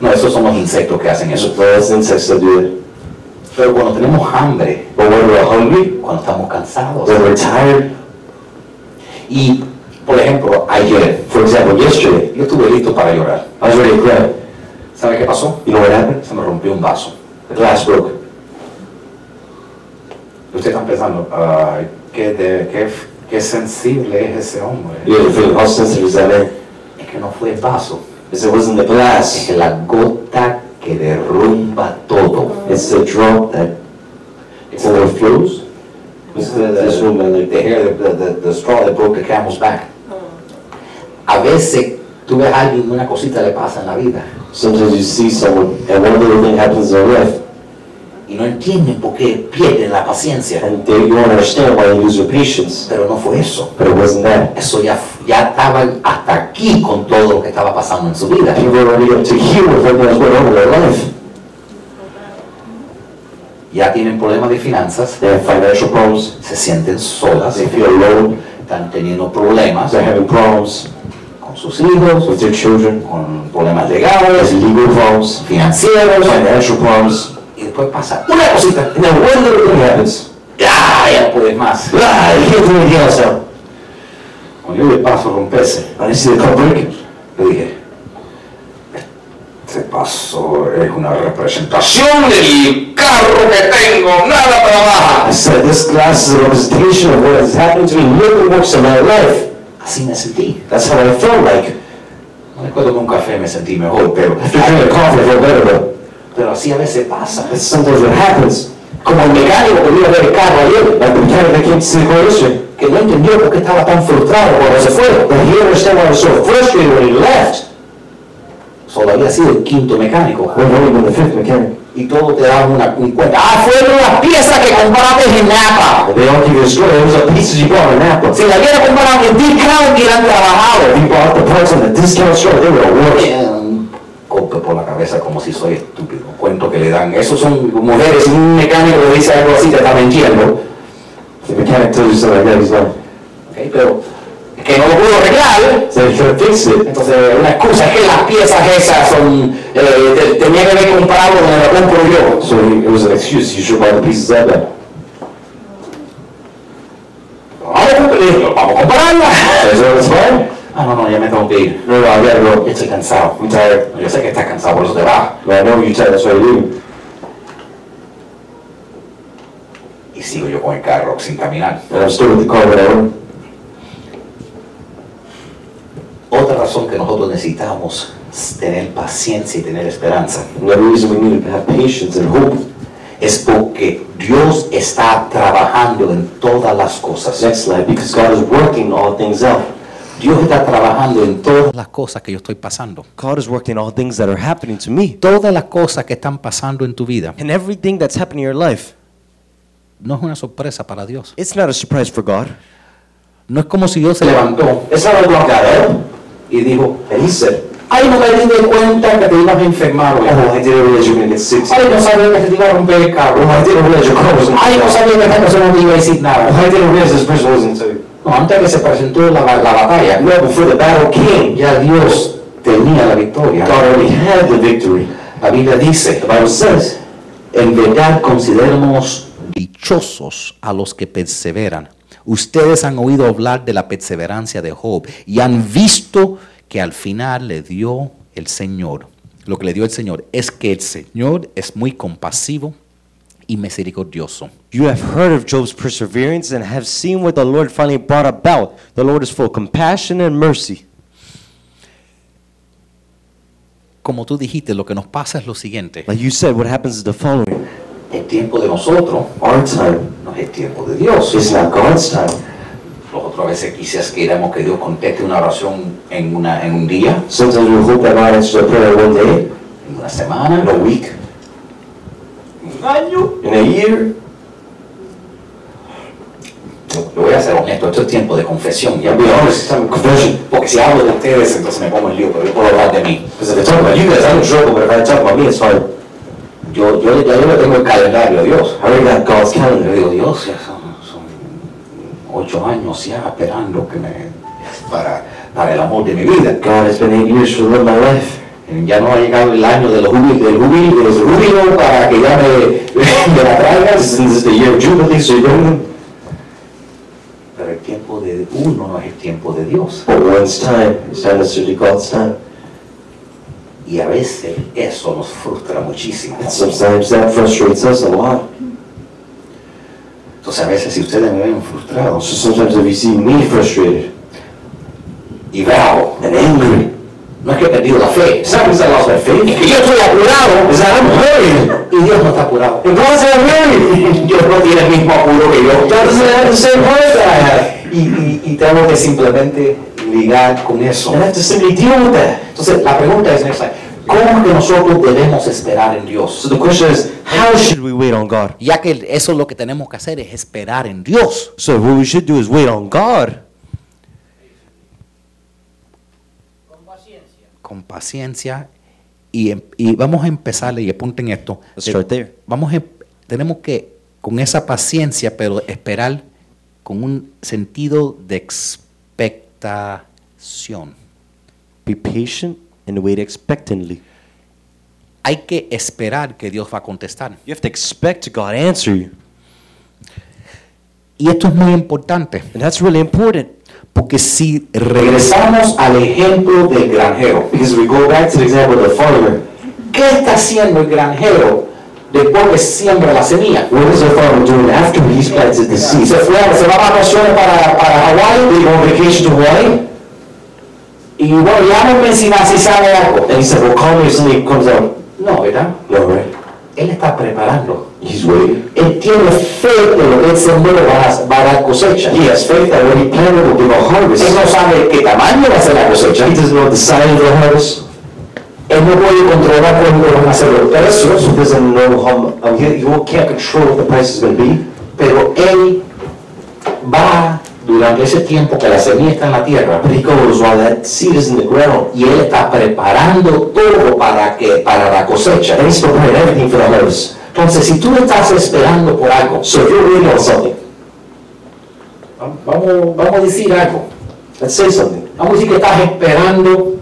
No, esos son los insectos que hacen eso. So that's insects that do it. Pero cuando tenemos hambre, But when we're hungry, cuando estamos cansados. when we're tired, Y, por ejemplo, ayer, for example, yesterday, yo estuve listo para llorar. I was ready to cry. ¿Sabe qué pasó? You know what happened? Se me rompió un vaso. The glass broke. Y Ustedes están pensando, ah, ay, qué, de- qué, qué sensible es ese hombre. You guys are feeling how sensitive is that man? Es né? É que no fue el vaso, Because it wasn't the es glass. la gota que derrumba todo. It's the drop that overflows. It's the, this room that like The the hair, the, the, the straw that broke the camel's back. A veces tú ves a alguien, una cosita le pasa en la vida Sometimes you see someone and one little thing happens in their life y no entienden por qué pierden la paciencia. and they, you don't understand why they lose their patience. Pero no fue eso. But it wasn't that. Eso ya, ya estaban hasta aquí con todo lo que estaba pasando en su vida. People are already up to here with what was going on in their life. Ya tienen problemas de finanzas, They have financial problems. se sienten solas, They feel alone. están teniendo problemas They're having problems con sus hijos, with their children. con problemas There's legales, legal problems, financieros, financial problems. y después pasa una cosita, And then one little thing happens. ya, ya no puedes más. Ah, you can't do anything else now. Cuando yo le paso romperse, And I see the cup breaking. le dije, este paso es una representación del carro que tengo, nada I trabaja. said, this glass is a representation of what has happened to me little works in my life. Así me sentí. That's how I felt like. No recuerdo que un café me sentí mejor, pero, After drinking a coffee, I feel better though. pero así a veces pasa. That's sometimes what happens. Como el mecánico que vino a ver el carro ayer, like the mechanic that came to see the car yesterday, Que no entendió por qué estaba tan frustrado cuando Cuando se se fue. fue, but he understood why I was so frustrated when he left. Solo había sido el quinto mecánico. We've only been the fifth mechanic. Y todo te daban una, un cuenta. Ah, fueron las piezas que compraste en Napa. But they all give you a story. It was a piece you bought in Napa. Si la hubiera comprado en discount, hubieran trabajado. If you bought the parts on the discount store, they were worth. un golpe por la cabeza como si soy estúpido. Cuento que le dan. Esos son mujeres, un mecánico le dice algo así, te está mintiendo. The mechanic tells you something like that, he's like, Ok, Pero es que no lo pudo arreglar, So he couldn't fix it. entonces una excusa es que las piezas esas son, eh, te- tenía que haber comprado donde la compro yo. So he, it was an excuse. You should buy the pieces at that. Vamos, a comp- Ah, le digo, vamos a comprarla. So I said, "Let's buy it." Ah, no, no, ya me tengo que ir. No, no, I gotta go. Estoy cansado. I'm tired. Yo sé que estás cansado, por eso te vas. But I know you tired, that's why you leave. Y sigo yo con el carro sin caminar. And I'm still with the car that I own. Otra razón que nosotros necesitamos es tener paciencia y tener esperanza Another reason we need to have patience and hope. es porque Dios está trabajando en todas las cosas. Next slide, because God is working all things out. Dios está trabajando en todas Todas las cosas que yo estoy pasando, God is working all things that are happening to me. todas las cosas que están pasando en tu vida, And everything that's happening in your life, no es una sorpresa para Dios. it's not a surprise for God. No es como si Dios se se levantó. levantó. Esa era la cara, ¿eh? Y dijo, And he said, ay, no me di de cuenta que te ibas a enfermar hoy. Oh, I didn't realize you were going to get sick. Ay, no sabía que se te iba a romper el carro. Oh, I didn't realize your car was going to Ay, no sabía que esta persona no te iba a decir Oh, nada. I didn't realize this person wasn't too. No, antes que se presentó la, la batalla, No, before the battle came, ya Dios tenía la victoria. God already had the victory. La Biblia dice, The Bible says, en verdad consideramos Dichosos a los que perseveran. Ustedes han oído hablar de la perseverancia de Job y han visto que al final le dio el Señor. Lo que le dio el Señor es que el Señor es muy compasivo y misericordioso. You have heard of Job's perseverance and have seen what the Lord finally brought about. The Lord is full of compassion and mercy. Como tú dijiste, lo que nos pasa es lo siguiente. Like you said, what happens is the following. el tiempo de nosotros Our time no es el tiempo de Dios. is not God's time. Nosotros a veces quizás queramos que Dios conteste una oración en, una, en un día, Sometimes we hope that God answers a prayer one day, en una semana, in a week, un año. in a year. Yo, yo voy a ser honesto, esto es tiempo de confesión, ya I'll be veo. honest, it's time of confession. Porque si hablo de ustedes, entonces me pongo en lío, pero yo puedo hablar de mí. Because if I talk about you guys, I'm in trouble, but if I talk about me, it's fine. Yo, yo, ya yo le tengo el calendario a Dios. I already got God's Yo calendar. digo, Dios, ya son, son ocho años ya esperando que me, para, para el amor de mi vida. God, it's been eight years to live my life. Ya no ha llegado el año del júbilo, del júbilo, del júbilo para que ya me, me la traigas. This is, this is the year of Jubilee, so you don't. Pero el tiempo de uno no es el tiempo de Dios. But one's time is not necessarily God's time. Y a veces eso nos frustra muchísimo. And sometimes that frustrates us a lot. Entonces a veces si ustedes me ven frustrado So sometimes if you see me frustrated y bravo, and angry, no es que he perdido la fe. it's not because I lost my Es que faith. yo estoy apurado It's that I'm hurried. y Dios no está apurado. And God's not hurried. Dios no tiene el mismo apuro que yo. God doesn't have the same heart that I have. Y, y, y tengo que simplemente ligar con eso. And I have to simply deal with that. Entonces la pregunta es, next slide, ¿cómo es que nosotros debemos esperar en So Dios? the question is, How should we wait on God? Ya que eso es lo que tenemos que hacer es esperar en Dios. So what we should do is wait on God Con paciencia y, em- y vamos a empezar y apunten esto. Let's start there. Vamos a- tenemos que con esa paciencia, pero esperar con un sentido de expectación. Be patient and wait expectantly. Hay que esperar que Dios va a contestar. You have to expect God answer you. Y esto es muy importante, And that's really important. porque si regresamos Regresamos al ejemplo del granjero. because we go back to the example of the farmer. ¿Qué está haciendo el granjero después que siembra la semilla? What is the farmer doing after he's planted the seed? Se fue, se va a vacaciones para, para Hawái They go on vacation to Hawaii, y bueno, llámame si, si sabe algo. and he said, well, call me if something comes out. No, ¿verdad? No, right? Él está preparando. He's waiting. Él tiene fe de lo que él sembró va a, va a dar cosecha. He has faith that what he planted will give a harvest. Él no sabe qué tamaño va a ser la cosecha. He doesn't know the size of the harvest. Él no puede controlar cuándo van a ser los He precios, also doesn't know how, um, he, he can't control what the price is going to be. pero él va durante ese tiempo que la semilla está en la tierra. But he goes while that seed is in the ground. y él está preparando todo para que para la cosecha. And he's preparing everything for the harvest. Entonces, si tú estás esperando por algo, So if you're waiting on something, vamos, vamos a decir algo. Let's say something. Vamos a decir que estás esperando,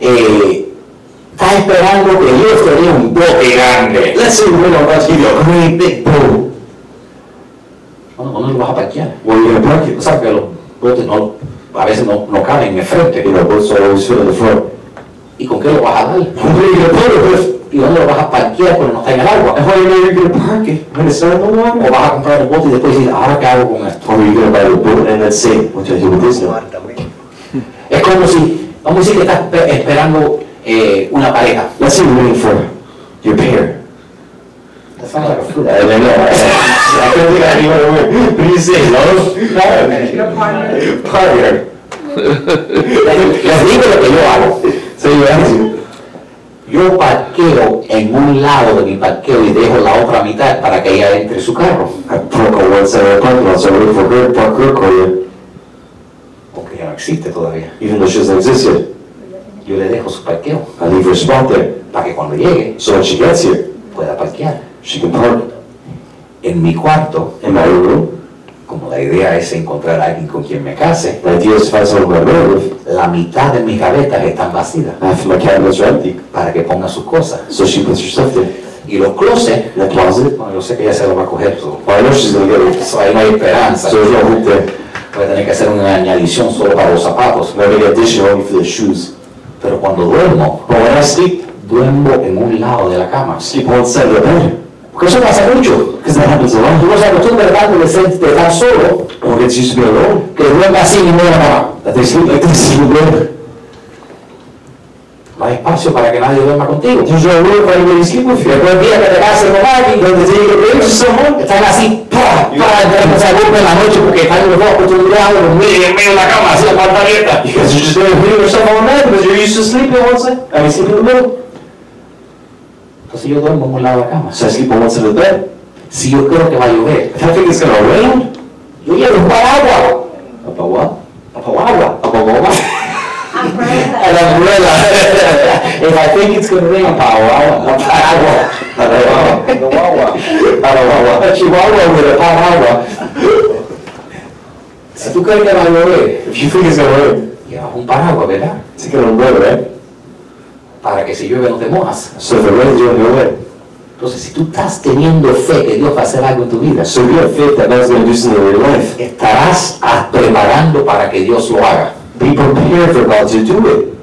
eh, estás esperando que Dios te dé un bote grande. Let's say one of us give you a great big boat. Bueno, ¿dónde lo vas a parquear? Where you gonna park O it? sea, que los botes no, a veces no, no caben en el You frente. know, boats are always filled in the front. ¿Y con qué lo vas a dar? Where you gonna put it with? ¿Y dónde lo vas a parquear cuando no está en el And agua? where you know you're gonna park it? When it's not in the ¿O water? vas a comprar el bote y después dices, ahora qué hago con esto? Or are you gonna buy the boat and let's say, what do I do with this now? Apartamento. Es como si, vamos a decir que estás espe- esperando eh, una pareja. Let's say you're waiting for your pair. That sounds like a fruit. I don't know. I couldn't think of any other word. What do you say, love? partner. Partner. Les digo lo que yo hago. So you have to. Yo parqueo en un lado de mi parqueo y dejo la otra mitad para que ella entre su carro. I park on one side of the parking lot, so I wait for her to park her car there, Porque ya no existe todavía. even though she doesn't exist yet. Yo le dejo su parqueo I leave her spot there, para que cuando llegue so when she gets here, pueda parquear. she can park En mi cuarto, in my room. como la idea es encontrar a alguien con quien me case, The idea is to find somewhere where I live. la mitad de mis gavetas están vacías Half my cabinets are empty, para que ponga sus cosas. so she puts her stuff there. Y los closets, The closet, bueno, yo sé que ella se lo va a coger. so- well, I know she's gonna get it, so ahí no hay esperanza. so there's no hope there. Voy a tener que hacer una añadición solo para los zapatos. And I make an addition only for the shoes. Pero cuando duermo, But when I sleep, duermo en un lado de la cama. I sleep on one side of the bed, Porque eso pasa mucho. because that happens a Tú lot. no se acostumbra tanto de, ser, de estar solo, One gets used to being alone, que é duerma así en medio de la cama. that they sleep like this in the bed. No hay espacio para que nadie duerma contigo. There's no room for anybody to sleep with you. Después el día que te cases con alguien, Then the day you get married to someone, están así, para, para, entonces se duermen en la noche porque tá están los dos acostumbrados a dormir en medio de la cama, assim, así la puerta abierta. Because you're just gonna hit yourself all né, night because you're used to sleeping on one side. I mean, sleeping in the middle. Entonces Pues yo duermo en un lado de la cama. So I sleep on one side of the bed. Si yo creo que va a llover, If I think it's gonna rain, yo llevo un paraguas, about what? un paraguas, About what? an umbrella. If I think it's gonna rain, a paraguas, a paraguas, a paraguas. Paraguas, a chihuahua with a paraguas. Si tú crees que va a llover, If you think it's gonna rain, llevas un paraguas, ¿verdad? take an umbrella, right? Para que si llueve no te mojas. So if it rains, you're gonna win. Entonces, si tú estás teniendo fe que Dios va a hacer algo en tu vida, So if you have faith that God's gonna do something in your life, estarás a- preparando para que Dios lo haga. be prepared for God to do it.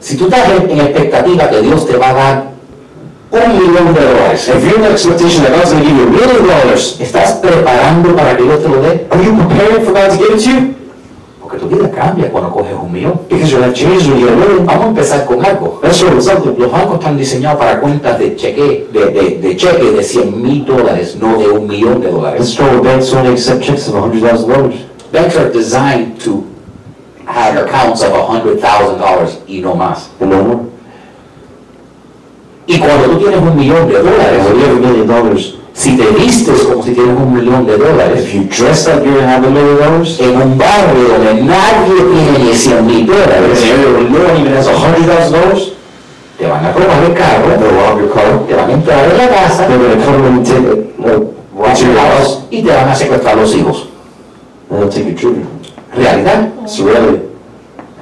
Si tú estás en, en expectativa que Dios te va a dar un millón de dólares, If you're in the expectation that God's gonna give you a million dollars, ¿estás preparando para que Dios te lo dé? are you prepared for God to give it to you? Porque tu vida cambia cuando coges un millón. Because your life changes when you get a million. Vamos a empezar con algo. Let's start with something. Los bancos están diseñados para cuentas de cheque de, de, de, cheque de 100 mil dólares, no de un millón de Let's dólares. start with banks only accept checks of hundred thousand dollars. Banks are designed to have accounts of $100,000 y no más. And no more. Y cuando tú tienes un millón de dólares, Well, you have a million dollars. Si te vistes como si tienes un millón de If dólares, you dress up, you're gonna have a million dollars. en un barrio donde nadie tiene ni 100 mil If dólares, you're no one even has a hundred thousand dollars, te van a robar el carro, they'll rob your car. te van a entrar en la casa, They're gonna come and take it. No, robar to tu your house house. y te van a secuestrar los hijos. And they'll take your children. Realidad It's reality.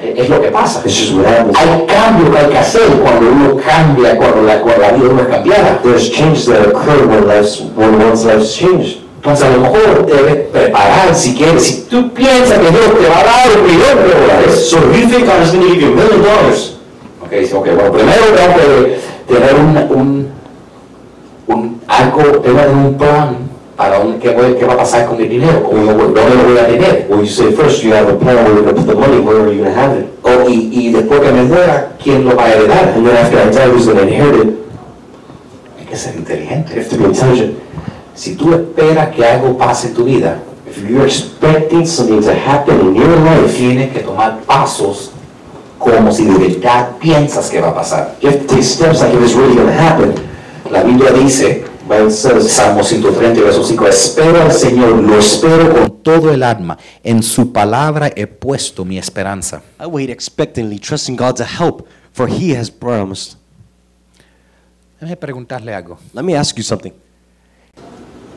eh, es lo que pasa. It's just what happens. Hay cambios que hay que hacer cuando uno cambia, cuando la, cuando la vida de uno es cambiada. There's changes that occur when life's when one's life's changed. Entonces a lo mejor debes preparar si quieres. Si tú piensas que Dios te va a dar un millón de dólares, So if you think God is gonna give you a million dollars, Ok, dice, ok, bueno, primero tengo que tener un, un, un algo, tengo que tener un plan para un, qué, voy- qué va a pasar con el dinero, cómo lo, voy- dónde lo voy a tener. well, you say first you have a plan where you're gonna put the money. Where are you gonna have it? O, y, y después que me muera, ¿quién lo va a heredar? And then after I die, who's gonna inherit it? Hay que ser You inteligente. have to este be intelligent. Si tú esperas que algo pase en tu vida, If you're expecting something to happen in your life, tienes que tomar pasos como si de verdad piensas que va a pasar. you have to take steps like it is really gonna happen. La Biblia dice, But it says, Salmo 130, verso 5, espero al Señor, lo espero con Con todo el alma, en su palabra he puesto mi esperanza. I wait expectantly, trusting God to help, for He has promised. Déjame preguntarle algo. Let me ask you something.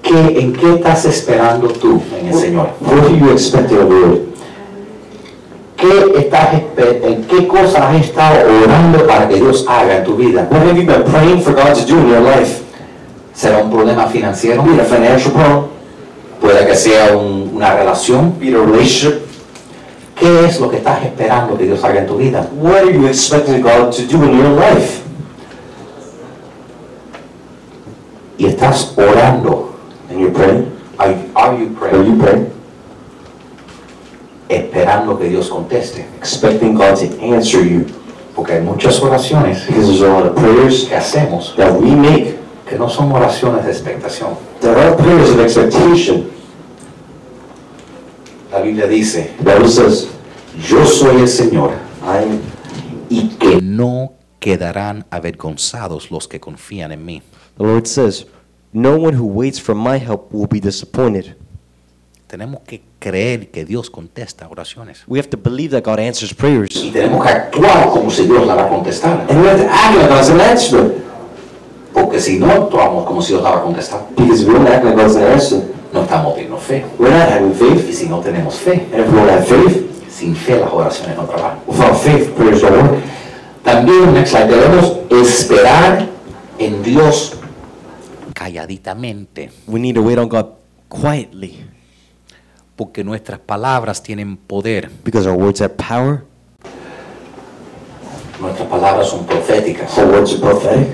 ¿Qué- ¿En qué estás esperando tú en el Señor? What are you expecting of the Lord? ¿Qué estás, espe- ¿En qué cosas has estado orando para que Dios haga en tu vida? What have you been praying for God to do in your life? ¿Será un problema financiero? Be it a financial problem. Puede que sea un- una relación. Be it a relationship. ¿Qué es lo que estás esperando que Dios haga en tu vida? What are you expecting God to do in your life? Y estás orando. And you're praying. Are, are you praying? Are you praying? esperando que Dios conteste. Expecting God to answer you. Porque hay muchas oraciones que hacemos that we make que no son oraciones de expectación. There are prayers of expectation. La Biblia dice, the Bible says, yo soy el Señor. I am- y que que no quedarán avergonzados los que confían en mí. The Lord says, No one who waits for my help will be disappointed. Tenemos que creer que Dios contesta oraciones. We have to believe that God answers prayers. y tenemos que actuar como si Dios la va a contestar. And we have to act like God's an answer. Porque si no actuamos como si Dios la va a contestar, Because if we don't act like God's an answer, no estamos teniendo fe. we're not having faith. Y si no tenemos fe, And if we don't have faith, sin fe las oraciones no trabajan. without faith, prayers don't work. También next slide, debemos esperar en Dios. Calladitamente, We need to wait on God quietly porque nuestras palabras tienen poder. because our words have power. Nuestras palabras son proféticas. Our words are prophetic.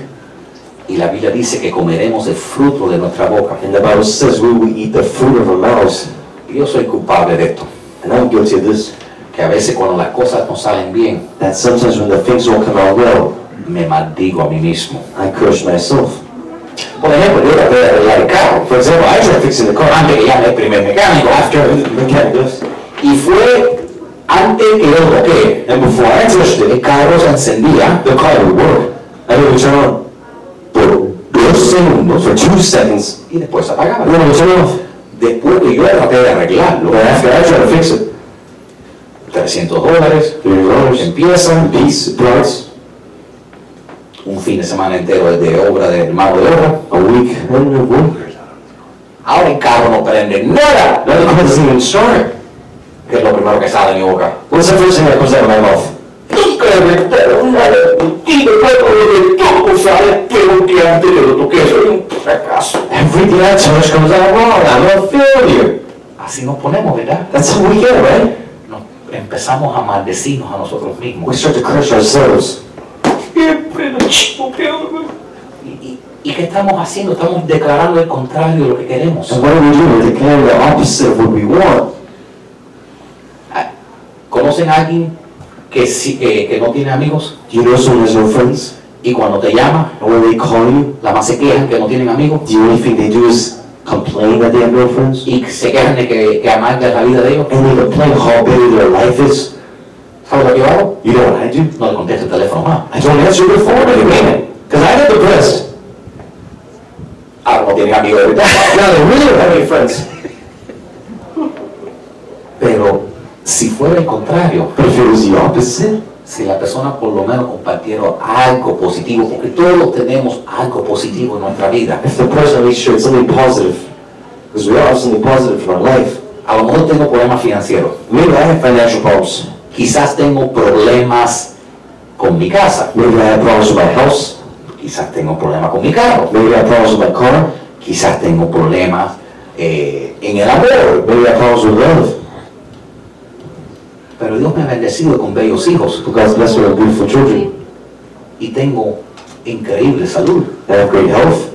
Y la Biblia dice que comeremos el fruto de nuestra boca. And the Bible says we will eat the fruit of our mouths. Y Yo soy culpable de esto. And I'm guilty of this. Que a veces cuando las cosas no salen bien, That sometimes when the things don't come out well, me maldigo a mí mismo. I curse myself. Por ejemplo, yo traté de arreglar el carro. Por ejemplo, I tried fixing the car. Antes que llame el primer mecánico. After. Mechanic does. Y fue antes que yo lo toqué. And before I touched it, el carro se encendía. The car would work. I would turn on for dos segundos, for two seconds. Y después se apagaba. And then it would turn off. Después que yo traté de arreglarlo. But after I try to fix it, 300 dólares, empieza, piece, parts, un fin de semana entero de obra, de mano de obra. a week, and it work. Ahora el carro no prende nada. Now the car doesn't even start. Que es lo primero que sale de mi boca. What's the first thing that comes out of my mouth? Everything I touch comes out wrong. I'm a failure. Así nos ponemos, ¿verdad? That's how we get, right? Nos empezamos a maldecirnos a nosotros mismos. Pues, We start to curse ourselves. ¿Y, y, y qué estamos haciendo? Estamos declarando el contrario de lo que queremos. And what do we do? We're declaring the opposite of what we want. ¿Conocen a alguien que, sí- que, que no tiene amigos? Do you know someone has no friends? Y cuando te llama, And when they call you, la más se quejan que no tienen amigos. the only thing they do is complain that they have no friends. Y se quejan de que, que amarga es la vida de ellos. And they complain how bad their life is. ¿Sabes lo que yo hago? You know what I do? No le contesto el teléfono más. I don't answer the phone anymore. Because I get depressed. Ah, no tienen amigos ahorita. Now they really don't have any friends. Pero si fuera el contrario, But if it was the opposite, si la persona por lo menos compartiera algo positivo, porque todos tenemos algo positivo en nuestra vida, if the person at least shared something positive, because we all have something positive in our life, a lo mejor tengo problemas financieros, maybe I have financial problems. quizás tengo problemas con mi casa, Maybe I have problems with my house. quizás tengo problemas con mi carro, Maybe I have problems with my car. quizás tengo problemas eh, en el amor, Maybe I have problems with love. pero Dios me ha bendecido con bellos hijos But God's blessed me with beautiful children. y tengo increíble salud. I have great health.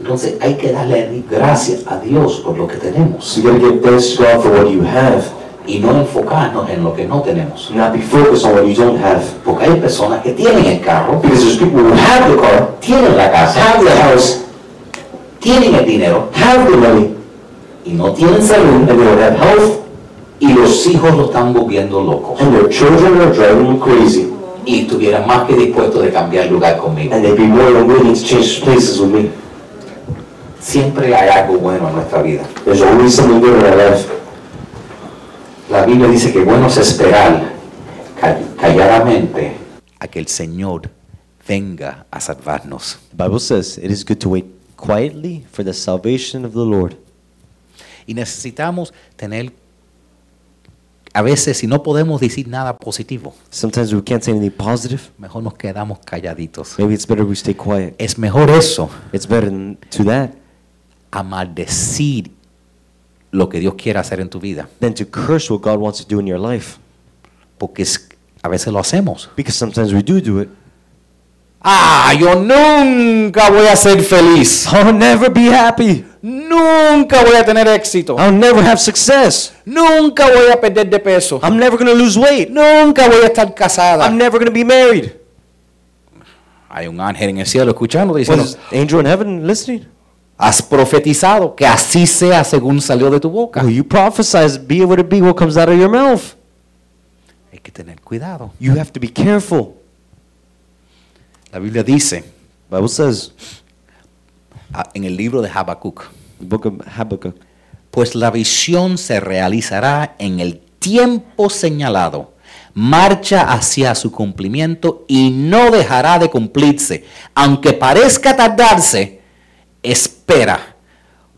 Entonces hay que darle gracias a Dios por lo que tenemos So you gotta give thanks to God for what you have. y no enfocarnos en lo que no tenemos. Not be focused on what you don't have. Porque hay personas que tienen el carro, Because there's people who have the car, tienen la casa, have the house, tienen el dinero have the money, y no tienen and salud they don't have health, y los hijos lo están volviendo locos and their children are driving them crazy. y estuvieran más que dispuestos de cambiar lugar conmigo. And they'd be more than willing to change places with me. Siempre hay algo bueno en nuestra vida. There's always something good in our life. La Biblia dice que bueno es esperar call- calladamente A que el Señor venga a salvarnos. The Bible says, It is good to wait quietly for the salvation of the Lord. Y necesitamos tener a veces si no podemos decir nada positivo, Sometimes we can't say anything positive. mejor nos quedamos calladitos. Maybe it's better we stay quiet. Es mejor eso, It's better than to that a maldecir lo que Dios quiere hacer en tu vida, than to curse what God wants to do in your life. porque es- a veces lo hacemos. Because sometimes we do do it. Ah, yo nunca voy a ser feliz. I'll never be happy. Nunca voy a tener éxito. I'll never have success. Nunca voy a perder de peso. I'm never going to lose weight. Nunca voy a estar casada. I'm never going to be married. Hay un ángel en el cielo escuchando What diciendo, is angel in heaven listening? has profetizado que así sea según salió de tu boca. Well, you prophesize, be it what it be, what comes out of your mouth. Hay que tener cuidado. You have to be careful. La Biblia dice Bible says, ah, en el libro de Habacuc, the book of Habakkuk, pues la visión se realizará en el tiempo señalado. Marcha hacia su cumplimiento y no dejará de cumplirse. Aunque parezca tardarse, espera,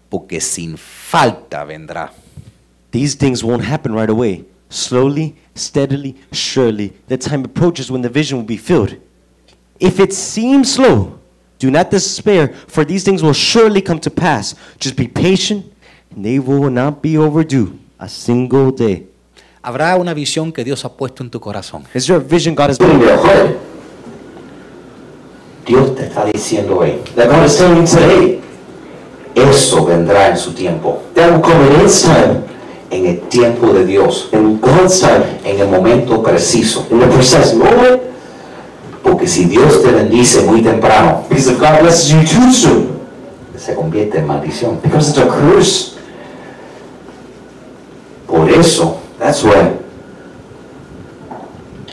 porque sin falta vendrá. These things won't happen right away. Slowly, steadily, surely, the time approaches when the vision will be filled. If it seems slow, do not despair, for these things will surely come to pass. Just be patient, and they will not be overdue a single day. Habrá una visión que Dios ha puesto en tu corazón. Is there a vision God has Tú put? mira, joder. Dios te está diciendo hoy, That God is telling you today eso vendrá en su tiempo, that will come in His time, en el tiempo de Dios, in God's time, en el momento preciso. in the precise moment. Porque si Dios te bendice muy temprano, Because if God blesses you too soon, se convierte en maldición. it comes into a curse. Por eso, that's why,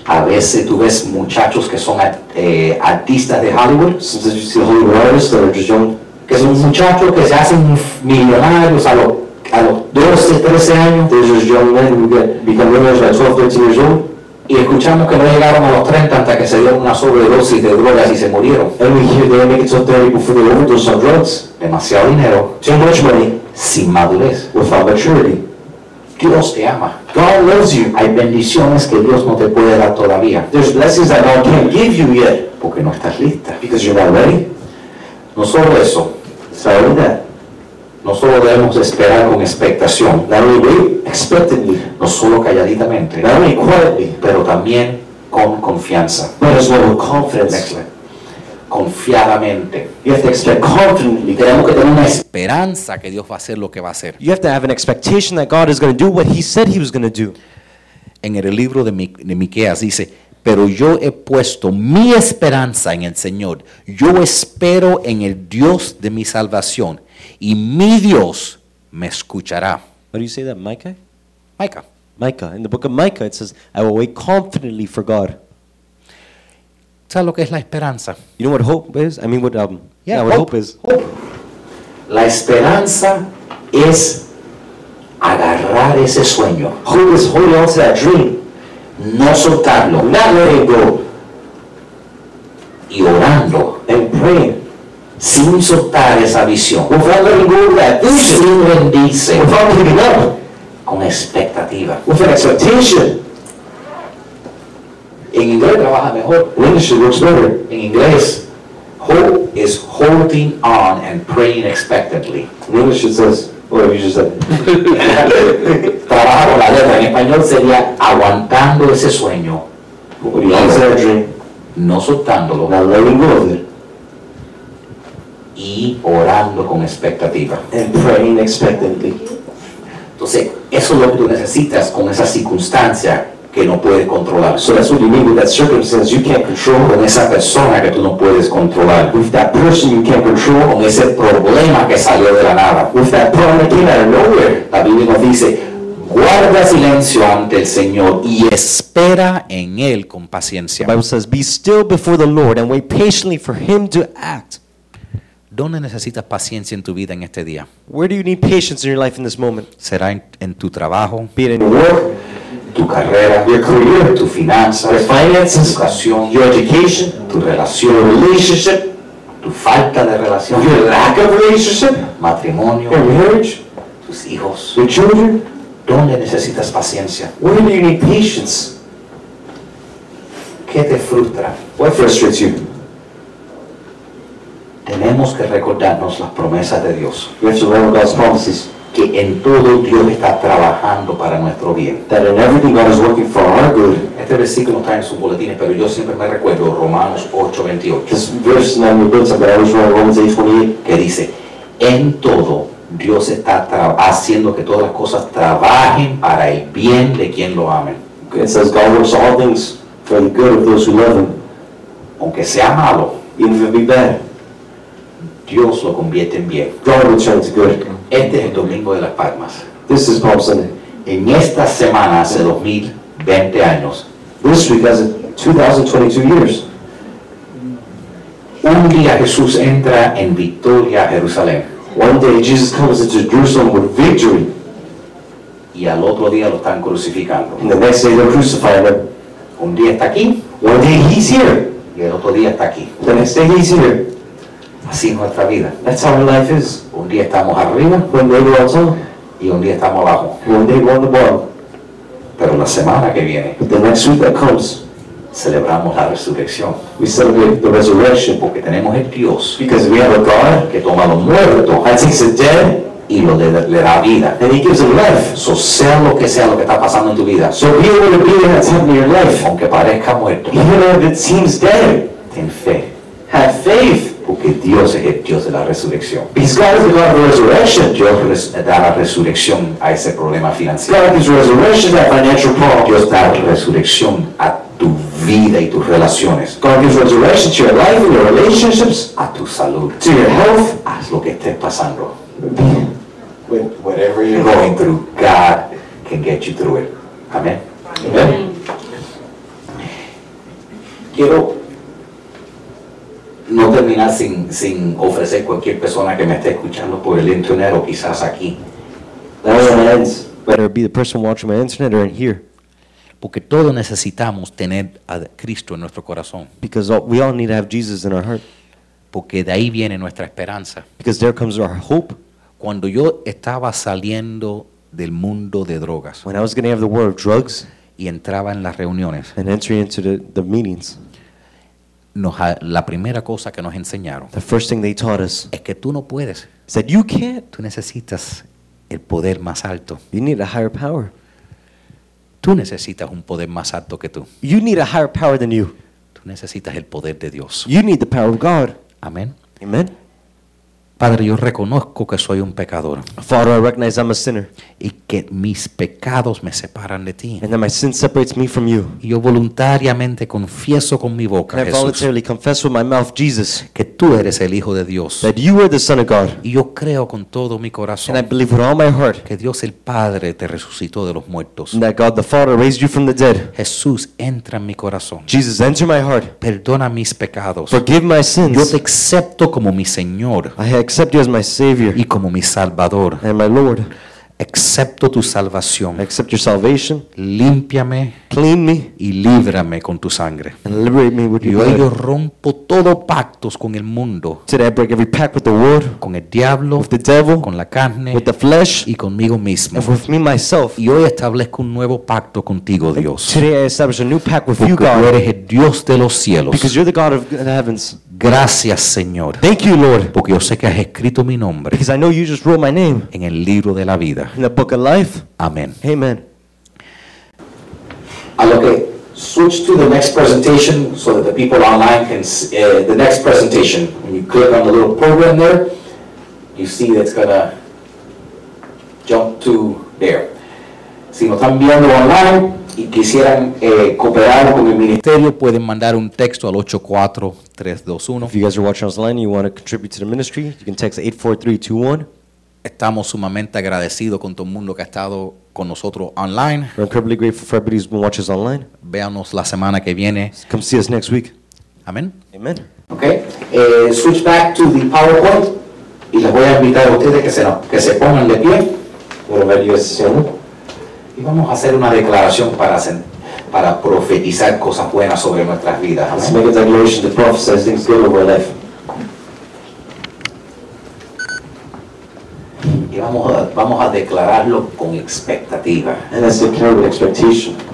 a veces tú ves muchachos que son art- eh, artistas de Hollywood, Sometimes you see Hollywood artists that are just young que son muchachos que se hacen millonarios a los, a los 12, 13 años, There's just young men who get become millionaires by 12, 13 years old, y escuchamos que no llegaron a los 30 hasta que se dieron una sobredosis de drogas y se murieron. and we hear they make it to 30 before they overdose on drugs. Demasiado dinero, Too much money sin madurez. without maturity. Dios te ama. God loves you. Hay bendiciones que Dios no te puede dar todavía There's blessings that God can't give you yet porque no estás lista. because you're not ready. No solo eso, It's not only that. no solo debemos esperar con expectación, Not only wait expectantly, no solo calladitamente, not only quietly, pero también con confianza. but as well with Next confidence. slide. Confiadamente. You have to expect confidently. Tenemos que tener una esperanza que Dios va a hacer lo que va a hacer. You have to have an expectation that God is going to do what He said He was going to do. En el libro de, Mi- de Miqueas dice, pero yo he puesto mi esperanza en el Señor. Yo espero en el Dios de mi salvación y mi Dios me escuchará. What do you say that, Micah? Micah. Micah. In the book of Micah, it says, I will wait confidently for God. ¿Sabes lo que es la esperanza? You know what hope is? I mean, what, um, yeah, what hope is? La esperanza es agarrar ese sueño, Hope is holding on to that dream, no soltarlo not letting go, y orando and praying. sin soltar esa visión. Without letting go of that vision, Sin rendirse, without giving up, con expectativa. with an expectation. En inglés trabaja mejor. In English, it works better. En inglés, hope is holding on and praying expectantly. In English, it says, oh, you just said it. Trabaja con la letra. En español sería aguantando ese sueño, Holding on to that dream, no soltándolo not letting go of it, y orando con expectativa. and praying expectantly. Entonces, eso es lo que tú necesitas con esa circunstancia que no puedes controlar, So that's what you need with that circumstance you can't control, con esa persona que tú no puedes controlar, with that person you can't control, con ese problema que salió de la nada. with that problem that came out of nowhere. La Biblia nos dice, guarda silencio ante el Señor y Y espera en Él con paciencia. The Bible says, Be still before the Lord and wait patiently for him to act. ¿Dónde necesitas paciencia en tu vida en este día? Where do you need patience in your life in this moment? ¿Será en, en tu trabajo? Be it in Your work, tu carrera, your career, tu finanzas, your tu finances, educación, your education, tu your relación, relationship, tu falta de relación, your lack of relationship, matrimonio, your marriage, tus hijos, your children, ¿Dónde necesitas paciencia? Where do you need patience? ¿Qué te frustra? What frustrates you? Tenemos que recordarnos las promesas de Dios. We have to remember God's promises. Que en todo Dios está trabajando para nuestro bien. That in everything God is working for our good. Este versículo está en sus boletines, pero yo siempre me recuerdo Romanos 8:28. This verse in my books, but I always remember Romans 8:28. Que dice, en todo Dios está tra- haciendo que todas las cosas trabajen para el bien de quien lo amen. It says God works all things for the good of those who love Him. Aunque sea malo, even if it be bad, Dios lo convierte en bien. God will turn to good. Este es el domingo de las palmas. This is Palm Sunday. En esta semana hace 2020 años. This week has 2022 years. Un día Jesús entra en victoria a Jerusalén. One day Jesus comes into Jerusalem with victory. Y al otro día lo están crucificando. And the next day they're crucifying him. Un día está aquí. One day he's here. Y el otro día está aquí. The next day he's here. Así es nuestra vida. That's how our life is. Un día estamos arriba. One day we're on top. Y un día estamos abajo. One day we're on the bottom. Pero la semana que viene. The next week that comes. Celebramos la resurrección. We celebrate the resurrection. Porque tenemos el Dios. Because we have a God. Que toma los muertos. That takes the dead. Y lo de, le da vida. And he gives them life. So sea lo que sea lo que está pasando en tu vida. So be what it be that's happening in your life. Aunque parezca muerto. Even if it seems dead. Ten fe. Have faith. Porque Dios es el Dios de la resurrección. Because God is the God of the resurrection. Dios res- da la resurrección a ese problema financiero. God is resurrection that financial problem. Dios da resurrección a tu vida y tus relaciones. God gives resurrection to your life and your relationships. A tu salud. To your health. Haz lo que estés pasando. With whatever you're going through, God can get you through it. Amén. Amén. Quiero no terminar sin, sin ofrecer cualquier persona que me esté escuchando por el internet o quizás aquí. Whether it be the person watching my internet or in here, Porque todos necesitamos tener a Cristo en nuestro corazón. because all, we all need to have Jesus in our heart, Porque de ahí viene nuestra esperanza. because there comes our hope. Cuando yo estaba saliendo del mundo de drogas When I was getting out of the war of drugs y entraba en las reuniones, and entering into the, the meetings, nos a- la primera cosa que nos enseñaron the first thing they taught us es que tú no puedes. is that you can't. Tú necesitas el poder más alto. You need a higher power. Tú necesitas un poder más alto que tú. You need a higher power than you. Tú necesitas el poder de Dios. You need the power of God. Amén. Amen. Padre, yo reconozco que soy un pecador Father, I recognize I'm a sinner y que mis pecados me separan de ti. and that my sin separates me from you. Y yo voluntariamente confieso con mi And boca, I Jesús, voluntarily confess with my mouth, Jesus, que tú eres el Hijo de Dios. that you are the Son of God. Y yo creo con todo And mi I corazón believe with all my heart que Dios el Padre te resucitó de los muertos. and that God the Father raised you from the dead. Jesús, entra en mi corazón. Jesus, enter my heart. Perdona mis pecados. Forgive my Yo sins. te acepto como mi Señor I accept you as my Savior y como mi Salvador. and my Lord. Acepto tu I salvación. accept your salvation. Límpiame Clean me y líbrame con tu sangre. and liberate me with Y your hoy yo blood. rompo todo pactos con el mundo, Today I break every pact with the world, con el diablo, with the devil, con la carne with the flesh, y conmigo mismo. and with me myself. Y hoy establezco un nuevo pacto contigo, Dios. Today I establish a new pact with Porque you, tú God, eres el Dios de los cielos. because you're the God of the heavens. Gracias, Señor. Thank you, Lord, Porque yo sé que has escrito mi nombre because I know you just wrote my name en el libro de la vida. in the book of life. Amén. Amen. I'll okay. Switch to the next presentation so that the people online can, s- uh, the next presentation, when you click on the little program there, you see that's gonna jump to there. Si nos están viendo online y quisieran eh, cooperar con el ministerio, Ministerio pueden mandar un texto al 84321. If you guys are watching us online and you want to contribute to the ministry, you can text 84321. Estamos sumamente agradecidos con todo el mundo que ha estado con nosotros online. We're incredibly grateful for everybody who's been watching us online. Véanos la semana que viene. Come see us next week. Amén. Amen. Okay, eh, switch back to the PowerPoint y les voy a invitar a ustedes que se, que se pongan de pie. Por ver yo ese segundo. Y vamos a hacer una declaración para, sen- para profetizar cosas buenas sobre nuestras vidas. Let's make a declaration to prophesize things good over life. Y vamos a, vamos a declararlo con expectativa. And let's declare with expectation.